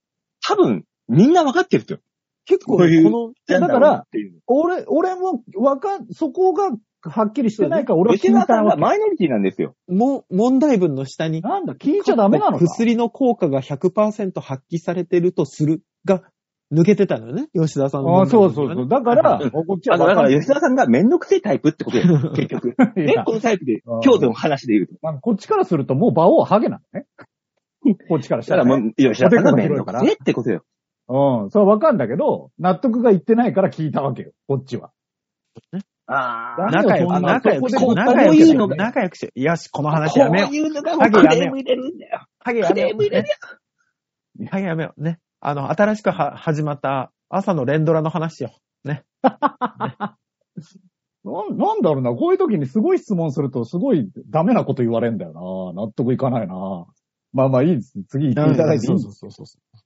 B: 多分、みんなわかってるとよ。
C: 結構
B: こうい
C: ね、
B: う
C: こ
D: やだから
B: なんっていう
D: 俺、俺も、わかん、そこがはっきりしてないから、俺は
B: 吉
D: 聞い
B: 田
D: た
B: さん
D: わ
B: は
D: け
B: マイノリティなんですよ。
C: の、も、問題文の下に、
D: なんだ、聞いちゃダメなのか。
C: 薬の効果が100%発揮されてるとするが、
E: 抜けてたのよね。吉田さんの
D: あ
E: 問
D: あ、
E: 題
D: そ
E: の時
D: うそ
E: は
D: う
E: ね、
D: そう。だから、こっちは
B: あの、
D: わ
B: だか
D: か
B: ら
D: んない
B: 吉田さんがめんどくせえタイプってこと よ、結局。
D: い
B: ね
D: や、
B: このタイプで
D: うん、
B: 今日でも話で言うと。
D: まあこっちからするともう馬王はハゲなのね。こっちからし
B: だ
D: た
B: から
D: ら、
B: も
D: ね。
B: う、吉田さんがめんどくせえってことよ。
D: うん。それはわかんだけど、納得がいってないから聞いたわけよ。こっちは。
B: あ
D: ー
C: 仲良く、仲良くしよ
D: こ
C: う、
D: う
C: 仲良
B: こ
C: く
B: うい
C: し
B: う
C: よ
B: の
C: う、
B: が
C: 仲良くしよう。よし、この話
B: こ
C: やめよ
B: う
C: う。
B: いうのがも
C: ハ
B: う
C: ゲ
B: ク
C: やめ
B: レー
C: よ
B: ム入れるんだよ。
C: ハゲや
B: ク
C: め
B: レー
C: よ
B: ム
C: う
B: 入れるよ。
C: ね。ハゲやめよう。ね。あの、新しくは始まった朝の連ドラの話よ。
D: なんなんだろうな。こういう時にすごい質問すると、すごいダメなこと言われんだよな。納得いかないな。まあまあいいです。次行っていただいていい
C: そうそうそうそう。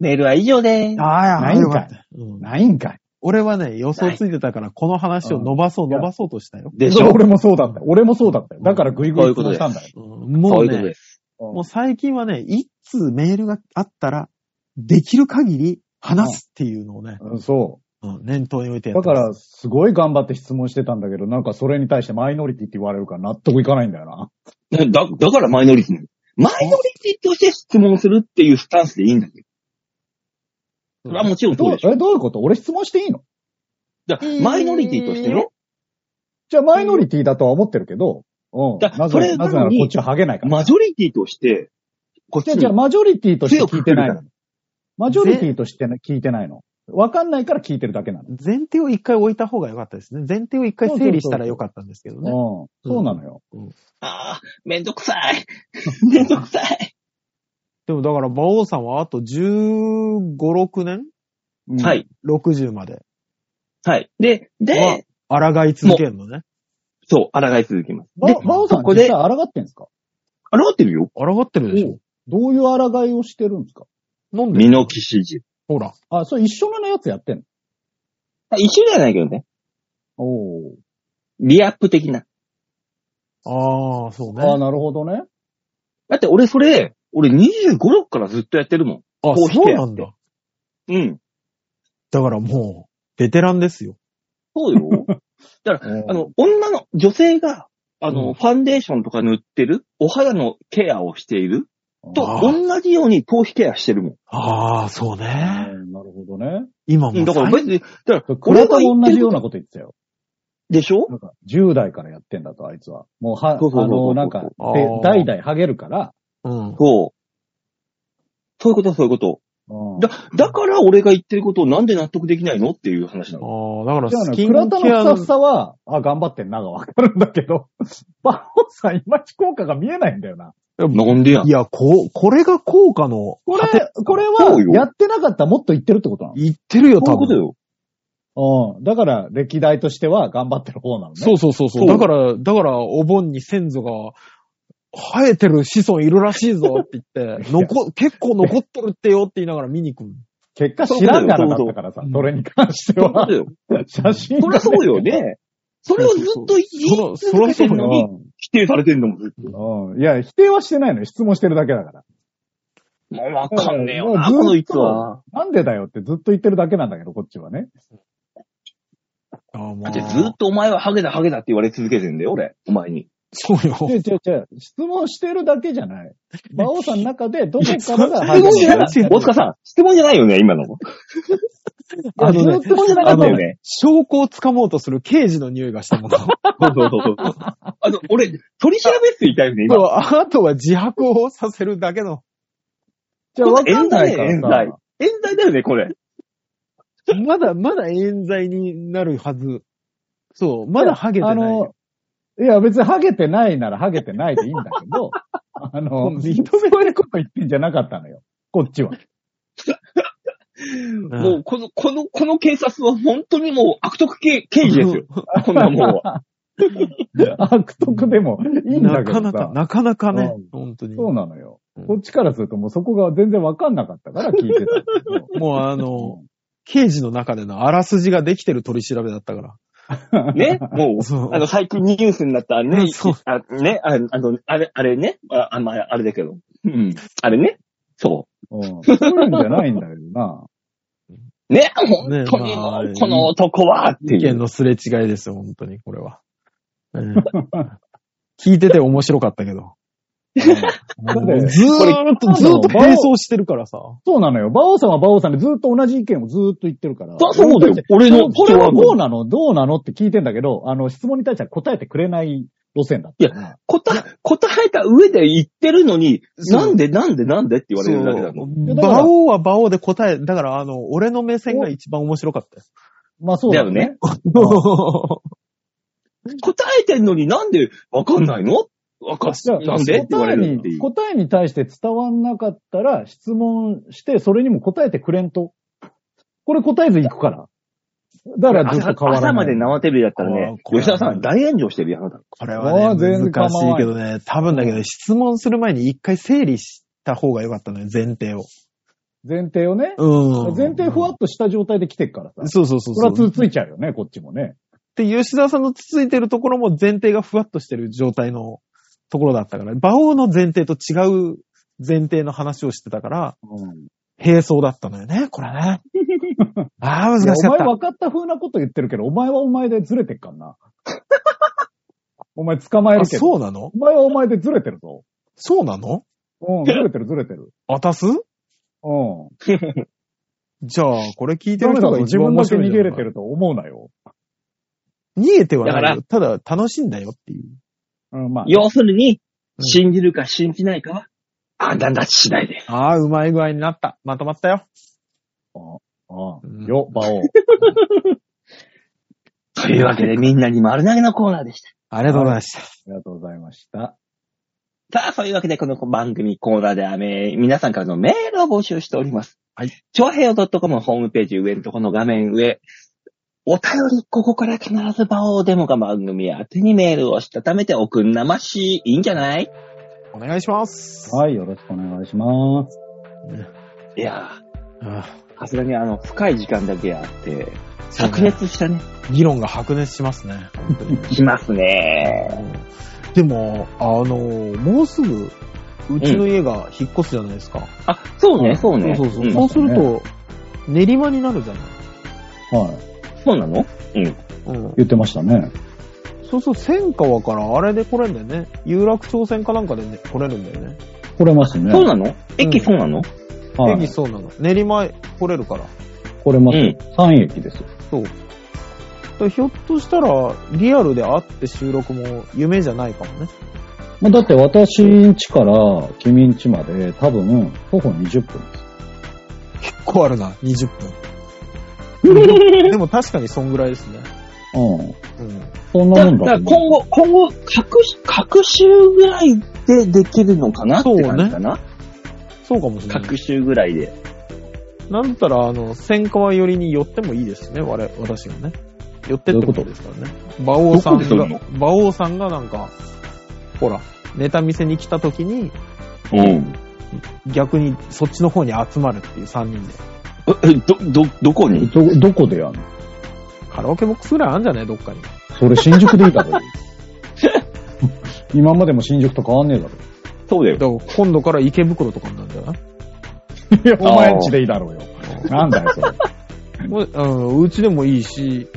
B: メールは以上です。
C: あ
D: な
C: あ、
D: いん
C: よか
D: かい
C: った。うん
D: ないんかい。
C: 俺はね、予想ついてたから、この話を伸ばそう、
D: いや
C: 伸ばそうとしたよ。
B: でし
D: そう
B: ょ
D: 俺もそうだったよ。俺もそうだったよ。だからグイグイ質問したんだよ。
C: うんも
B: そう
C: う
B: いうこと
C: ね
B: で、す。
D: うん
C: もう最近はね、いつメールがあったら、できる限り話すっていうのをね、
D: うんそ
C: うん念頭に置いてや
D: う。だ
C: って
D: か
C: ます
D: ら、すごい頑張って質問してたんだけど、なんかそれに対してマイノリティって言われるから納得いかないんだよ な。
B: だ、だからマイノリティなのマイノリティとして質問するっていうスタンスでいいんだけど。それはもちろんそう
D: どう
B: でしょ。
D: えどういうこと俺質問していいの
B: だからマイノリティとしてね、
D: じゃあマイノリティだとは思ってるけど、うん。
B: だ
D: なぜ
B: そ
D: な
B: れ
D: らなぜ
B: な
D: な
B: の
D: ら
B: に
D: こっちはハゲないから。
B: マジョリティとして、こっち
D: じゃあ、
B: に
D: じゃあマジョリティとして聞いてない
B: 強
D: の。マジョリティとしてね聞いてないの。わかんないから聞いてるだけなの。
C: 前提を一回置いた方が良かったですね。前提を一回整理したら良かったんですけど
D: うん
C: ね。。
D: そうなのよ。
B: ああ、めんどくさい。 めんどくさい。
C: でもだから、馬王さんはあと15、6年
D: うん
B: は。い。
C: ?60 まで。
B: はい。で、
C: わ
B: で、
C: 抗い続けるのね。
B: そう、抗い続きます。
D: ば
B: で、
D: バオさん
B: そこ
D: 実
B: で
D: 際抗ってんすか
B: 抗ってるよ。
C: 抗ってるでしょ。
D: どういう抗いをしてるんですか
C: なんで
B: ミノキシジル。
C: ほら。
D: あ、それ一緒のやつやってんの
B: あ一緒じゃないけどね。
D: おー。
B: リアップ的な。
C: ああ、そうね。
D: あーなるほどね。
B: だって俺それ、俺25、6からずっとやってるもん。こ
C: あ、
B: うし
C: そ
B: て
C: う
B: や
C: な
B: っ
C: んだ。
B: うん。
C: だからもう、ベテランですよ。
B: そうよ。だから、あ
D: あ、
B: の、女の、女性が、あの、
C: うん
B: ファンデーションとか塗ってる、お肌のケアをしていると
C: あー
B: 同じように頭皮ケアしてるもん。
C: ああ、そう
D: うん
C: ね。
D: なるほどね。
C: 今
B: う
C: も
B: ん
C: う
B: だから別に、だから、
D: これ
B: 俺
D: と
B: が言っ
D: 同
B: て
D: じよ
B: る
D: うなこと言ってたよ。
B: でしょ
D: なんか、10代からやってんだと、あいつは。もう、は、あ
B: そうそうそうそう
D: の、なんか、で
C: あー
D: 代々ハゲるから。
C: うん。
B: そう。そういうこと、そういうこと。
D: うん
B: だだから俺が言ってることをなんで納得できないのっていう話なの。
C: ああ、だから
D: じゃあ
C: ス
D: ね、
C: キン
D: 倉田の
C: ケア
D: ふさ
C: の
D: ふ、さは、あ、頑張ってんながわかるんだけど、 バオさん、いまいち効果が見えないんだよな。
B: なんでやん
C: い。や、こう、これが効果の、
D: これ、これ
B: そ
D: は
B: うよ、
D: やってなかったらもっと言ってるってことな
C: 言ってるよ、
B: そうい
C: 多
B: うこと
C: 分。
B: よ。
D: のうん。だから、歴代としては頑張ってる方なのね。
C: そうそうそうそう。
B: そう
C: だから、だから、お盆に先祖が、生えてる子孫いるらし いぞって言っ
D: いや
C: て、残、結構残ってるってよって言いながら見に行く。
D: 結果知らんがらだったからさ
C: そうそう、
D: それに関して
B: そういうこ
D: は
B: と。よ。
D: 写真
B: そりゃそうよ。ね。それをずっと言い
C: そうそうそう
B: 続けてる
D: う
B: のに、否定されてんのもんずっと。
D: ん。うん。いや、否定はしてないのよ。質問してるだけだから。
B: もうわかんねえよ
D: もう
B: な、
D: ずっと
B: このいつは。
D: なんでだよってずっと言ってるだけなんだけど、こっちはね。
C: ああ、
B: だ
C: ま
B: ってずっとお前はハゲだハゲだって言われ続けてんだよ、俺。お前に。
C: そうよ。
D: 違う違う違う。質問してるだけじゃない。馬王さんの中 でどこからが
B: 質
D: 始ま
B: 問じゃ
D: る
B: な
D: の
B: い大塚さん、質問じゃないよね、今の。
C: あのね
D: ずっとしてなか
C: あ
D: った
C: の
D: よね。
C: ね、証拠をつかもうとする刑事の匂いが したもの。
B: そうそうそうそう。あの、俺、取り調べ室いたよね、今。
C: そうあとは自白をさせるだけの。
D: じゃあわかんないか
B: 冤
D: ら
B: 罪
D: さ。。
B: 冤罪だよね、これ。
C: まだ、まだ冤罪になるはず。そう、まだハゲてない
D: あの
C: よ。、
D: いや別にハゲてないならハゲてないでいいんだけど、 あの、
C: 認
D: 認めること言ってんじゃなかったのよ。こっちは。
C: うん
B: もう、この、この、この警察は本当にもう悪徳刑刑事ですよ。こんなもんは。
D: 悪徳でもいいんだ
C: な
D: けどさ。
C: かなか、なかなかね
D: うん、
C: 本当に。
D: そう
C: も
D: なのよ
C: うん。
D: こっちからするともうそこが全然わかんなかったから聞いてたんだけ ど。
C: うあの、刑事の中でのあらすじができてる取り調べだったから。
B: ね、も
C: そう
B: う、あの、最近ニュースになった
C: う
B: ね
C: んそう、
B: あね、ああの、あれ、あれね、あ、あまあ、あれだけど。うん。あれね。そ
D: うんそういうんじゃないんだけど な。
B: う。ね、本当に
C: ねま
B: も
C: あ
B: う、この男は、って
C: 意
B: い
C: 見
B: う。
C: のすれ違いですよ、本当に、これは。うん聞いてて面白かったけど。
D: だって、
C: ずーっと、ずーっと
D: バオ
C: 並走してるからさ。
D: そうなのよ。馬王さんは馬王さんでずっと同じ意見をずっと言ってるから。
B: そうだよ。俺の
D: これ
B: 人は
D: は
B: もう
D: どうなのどうなのって聞いてんだけど、あの、質問に対しては答えてくれない路線だったから。
B: 答え、答えた上で言ってるのに、
F: そう
B: なんでなんでなんでって言われるだけだもん。
D: いやだから
C: 馬王は馬王で答え、だからあの、俺の目線が一番面白かった
D: まあそうだよ
B: だよ
D: ね。
C: よ。
B: 答えてんのになんでわかんないのわか
D: じゃあ
B: ん、なんでって言われるっていう。
D: 答えに答えに対して伝わんなかったら、質問して、それにも答えてくれんと。これ答えず行くから。だからずっ
B: 朝
D: と変わらない。
B: 朝まで縄テレビだったらね、
C: これ
B: 吉田さん大炎上してるやん。あなた
C: これ
D: ま
C: は
D: あ全
C: ね、
D: 然
C: 難し
D: 構わない
C: いけどね、多分だけど、質問する前に一回整理した方が良かったのよ、前提を。
D: 前提をね。
C: うん。
D: 前提ふわっとした状態で来てるからさ。
C: そうそうそう
D: それ
C: そ
D: は
C: う。
D: つついちゃうよね、こっちもね。
C: で、吉沢さんのつついてるところも前提がふわっとしてる状態のところだったから、馬王の前提と違う前提の話をしてたから、 並走だったのよね、これね。ああ、難
D: いや
C: し
D: お
C: かっ
D: 前
C: た。
D: 分かった風なこと言ってるけど、お前はお前でずれてっからな。お前捕まえ
C: あ
D: るけど。
C: そうなの
D: お前はお前でずれてるぞ。
C: そうなの
D: うん、ずれてるずれてる。
C: 渡す
D: うん。
C: じゃあ、これ聞いて
D: ダ
C: る
D: メだ
C: 人
D: ぞ
C: が
D: 自
C: 一番
D: 分
C: 面
D: だけ
C: 白いん
D: 逃
C: じゃな
D: げれ
C: い
D: てると思うなよ。
C: 逃げては
B: だ
C: な
B: か
C: いよ。ただ、楽しいんだよっていう。
D: うん、まあね、
B: 要するに、
C: うん
B: 信じるか信じないかは、あんたんだちしないで。
C: ああ、うまい具合になった。まとまったよ。
D: うんよ、馬王。
B: というわけでみんなに丸投げのコーナーでした。
C: ありがとうございました。
D: ありがとうございました。
B: さあ、そういうわけで、この番組コーナーでは、えー皆さんからのメールを募集しております。
C: はい。
B: 超平洋 .com のホームページ上のところの画面上、お便り、ここから必ず場をデモか番組宛てにメールをしたためておくんなまし、いいんじゃない
C: お願いします。
D: はい、よろしくお願いします。
B: いや
C: あ
B: ー、さすがにあの、深い時間だけあって、
C: そうね
B: 炸裂したね。
C: あ議論が白熱しますね。本当に。
B: しますね。
C: でも、あの、もうすぐ、うちの家が引っ越すじゃないですか。
B: あ、そうね、そうね。
C: そうそうそう。
B: ん
C: そうすると、練馬になるじゃない。
D: はい。
B: そうなのうん。
C: うん。
D: 言ってましたね。
C: そうそう、千川からあれで来れるんだよね。有楽町線かなんかで、ね、来れるんだよね。
D: 来れますね。
B: そうなの駅そうなの
D: はい
C: 駅そうなの。練馬へ来れるから。
D: 来れ
B: う
D: ます。
B: ん。
D: 3駅です。
C: そう。だからひょっとしたら、リアルで会って収録も夢じゃないかもね。
D: まあ、だって私ん家から君ん家まで多分徒歩20分です。
C: 結構あるな、20分。 でも確かにそんぐらいですね。
D: うん。
C: うん。
D: そん
B: じゃ
D: な
B: あ
D: もん
B: だから
D: だと思う。
B: 今後、今後、各し、各週ぐらいでできるのかなっ
C: そう
B: て
C: ね
B: 感じかな、
C: そうかもしれない。
B: 各週ぐらいで。
C: なんだったら、あの、千川寄りに寄ってもいいですしね、我々、私がね。寄ってってことですからね。馬王さん
B: どこ
C: が
B: で撮、
C: 馬王さんがなんか、ほら、ネタ見せに来た時に、
B: うん。
C: 逆にそっちの方に集まるっていう3人で。
B: え、ど、ど、どこに
D: ど、どこでやんの
C: カラオケボックスぐらいあるんじゃないどっかに。
D: それ新宿でいいだろ。今までも新宿と変わんねえだろ。
B: そうだよ。
C: だから今度から池袋とかになるんじゃない
D: いや、お前ん家でいいだろうよ。なんだよ、それ。
C: もううん、うちでもいいし、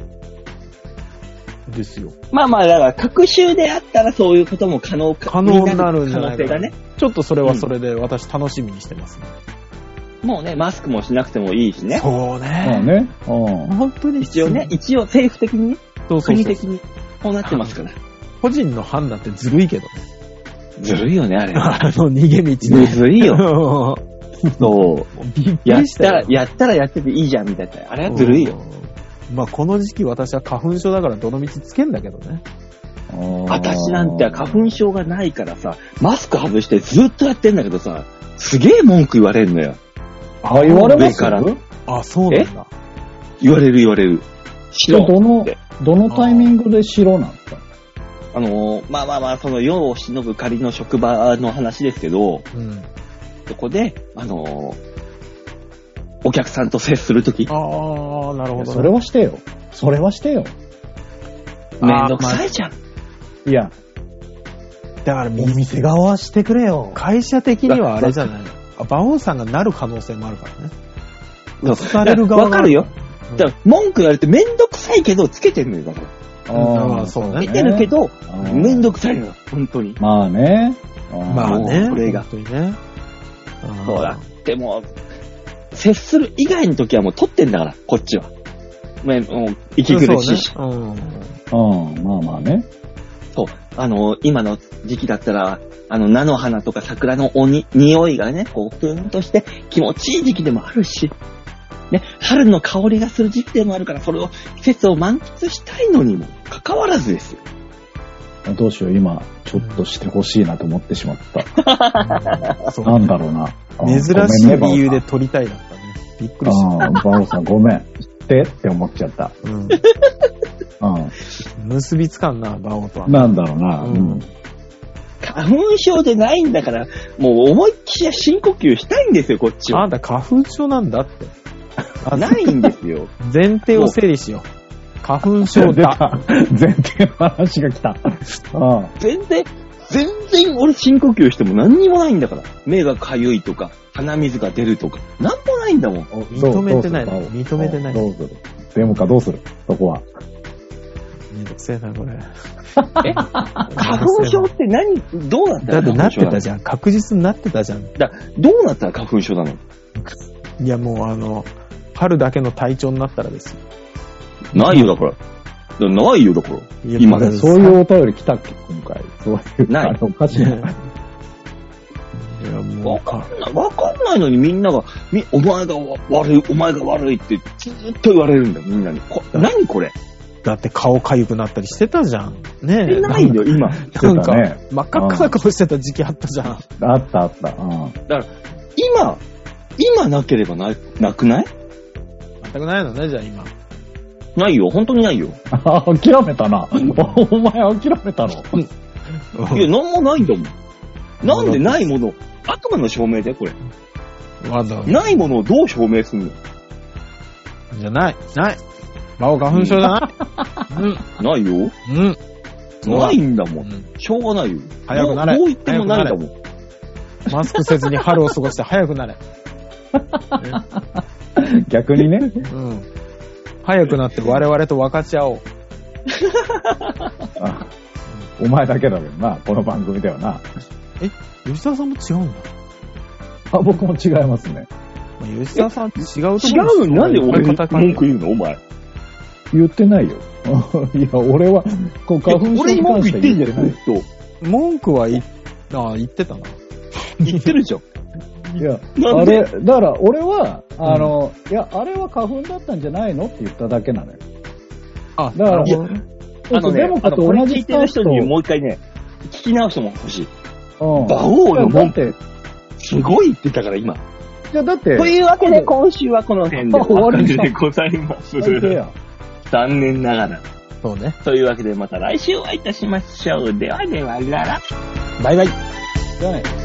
C: ですよ。
B: まあまあ、だから、各週であったらそういうことも可能か。
C: 可能になるんじゃ
B: 可
C: な
B: 能
C: いか
B: 性
C: な
B: がね。
C: ちょっとそれはそれで私楽しみにしてますね。
B: もうね、マスクもしなくてもいいしね。
C: そう
D: まあ
C: ね。
D: ね。うん。
C: 本当に
B: 一応ね、、一応政府的にね、
C: そうそう
B: 国
C: そう
B: 的に、こうなってますから。
C: 個人の判断ってずるいけどね。
B: ずるいよね、あれ。
C: あの、逃げ道ね。
B: ずるいよ。 そう。
C: びっく
B: やっ
C: りした
B: たら、
C: よ
B: やったらやってていいじゃん、みたいな。あれはずるいよ。。
C: まあ、この時期私は花粉症だからどの道つけんだけどね。
B: 私なんて花粉症がないからさ、マスク外してずっとやってんだけどさ、すげえ文句言われるのよ。
D: あ、言われま
B: 上
D: す
B: から
C: あ、そうなんだ。
B: 言われる言われる。
D: じゃあ
B: 白。
D: どの、どのタイミングで白なんですか
B: あのーまあまあまあ、その世を忍ぶ仮の職場の話ですけど、
C: うん。
B: そこで、あのーお客さんと接するとき、
C: ああ、なるほど、ね。
D: それはしてよ。それはしてよ。
B: めんどくさいじゃん。
D: いや、
C: だから、
D: お店側はしてくれよ。
C: 会社的にはあれじゃない。あ馬王さんがなる可能性もあるからね。
B: そう
C: される側が
B: わかるよ。
C: うん
B: だから文句言われてめんどくさいけど、つけてんのよ、だから。
D: あ
C: あ
D: あ
C: そうね
B: 見てるけど、
D: あー
B: めんどくさいのよ、本当に。
D: まあね。
C: まあね。
B: もうこれが
C: 本当にね。
B: そうだ。でも、接する以外の時はもう取ってんだから、こっちは。ね、もう、息
C: 聞
B: 苦
C: く
B: しいし。
C: うん。
D: うん、まあまあね。
B: そう。あの、今の時期だったら、あの、菜の花とか桜のおに、匂いがね、こう、ぷーんとして気持ちいい時期でもあるし、ね、春の香りがする時期でもあるから、それを、季節を満喫したいのにも、かかわらずですよ。
D: どうしよう、今、ちょっとしてほしいなと思ってしまった。
C: そう
D: なんだろうな。うん
C: 珍しい理由で。撮りたいだったね。びっくりし
D: ごめんねバオさんうん、バオさん、ごめん。ってって思っちゃっ
C: た。
D: た。
C: うん。
D: う
C: 結びつかんな、バオとは。
D: ん。なんだろうな。う
C: うん
D: ん。
B: 花粉症でないんだから、もう思いっきり深呼吸したいんですよ、こっち
C: あ
B: は
C: ん。た花粉症なんだって。
B: ないんですよ。
C: 前提を整理しよう。花粉症
D: 出
C: だ。
D: た。前提の話が来 た。うん。
B: 全然、全然俺深呼吸しても何にもないんだから。目がかゆいとか、鼻水が出るとか、何もないんだもん。
C: 認めてないの
D: どうする
C: 認めてない
D: どうするデモかどうするそこは。
C: めんどくせえな、こ れ。
B: 花粉症って何、どうなった
C: だ
B: ら
C: ってなってた
B: じ
C: じゃん。確実になってたじゃん。
B: ゃん。どうなったら花粉症なの
C: いや、もうあの、春だけの体調になったらですよ。
B: ないよだから。だないよだから。
C: いや
B: 今
C: だ
B: だ
C: から
D: そういうお便り来たっけ今回。そういう。
B: ない
D: あれおかしいな。
C: いや、も
B: わ
C: う
B: か
C: か。
B: んない、わかんないのにみんなが、み、お前がわ悪い、お前が悪いってずっと言われるんだよ、みんなに。こ何これ
C: だって顔かゆくなったりしてたじゃん。ねえ。
B: ないんだよ、今。
D: して
C: なんか
D: たね。
C: 真っ赤っかな顔してた時期あったじゃん。
D: あったあった。うん。
B: 今、今なければな、なくない
C: 全くないのね、じゃあ今。
B: ないよ、本当にないよ。
D: あ 諦めたな。お前諦めたの。
B: いや、なんもないんだもん。なんでないもの、悪魔の証明でこれ。
C: わざわざ
B: ないものをどう証明するの
C: じゃない。ない。バオ花粉症だな。
B: ないよ。
C: うん。うん。
B: ないんだも。
C: うんん
B: しょうがないよ。
C: 早くな
B: どう
C: れ
B: どう言ってもないんだもん。
C: マスクせずに春を過ごして早くなれ。
D: 逆にね。
C: うん。早くなって我々と分かち合おう。
D: あお前だけだろうな。この番組ではな。
C: 吉沢さんも違うんだ。
D: あ、僕も違いますね。
C: まあ吉沢さん違うと思う
B: 違うのになんで俺に文句
C: 言
B: 言うのお前。
D: 言ってないよ。 いや、俺は、こう花粉症
B: 俺に文句言ってんじゃ
D: な
B: ない
D: い。
B: と。
C: う文句は言っああ言ってたな。
B: 言ってるじゃん。
D: いや、
B: な
D: あ
B: んで
D: れ、だから俺は、あの、いや、あれは花粉だったんじゃないのって言っただけなのよ。
C: あ、
D: だか
C: な
D: ら
C: るほど
B: あのね、
D: でも
B: あの、これ
D: 同
B: 聞
D: じ
B: いてる人に
D: う
B: もう一回ね、聞き直しても欲しい。
D: ん、
B: 馬王の
D: だ
B: 文
D: っ
B: 句、
D: て、
B: すごい言ってたから今。
D: じゃあだって、
B: というわけで今週はこの辺で
D: あ終わり
B: でございます。
D: 最低や
B: 残念ながら。
C: そうね。
B: というわけでまた来週お会いいたしましょう。ではでは、ララ。
C: バイバイ。
D: じゃあね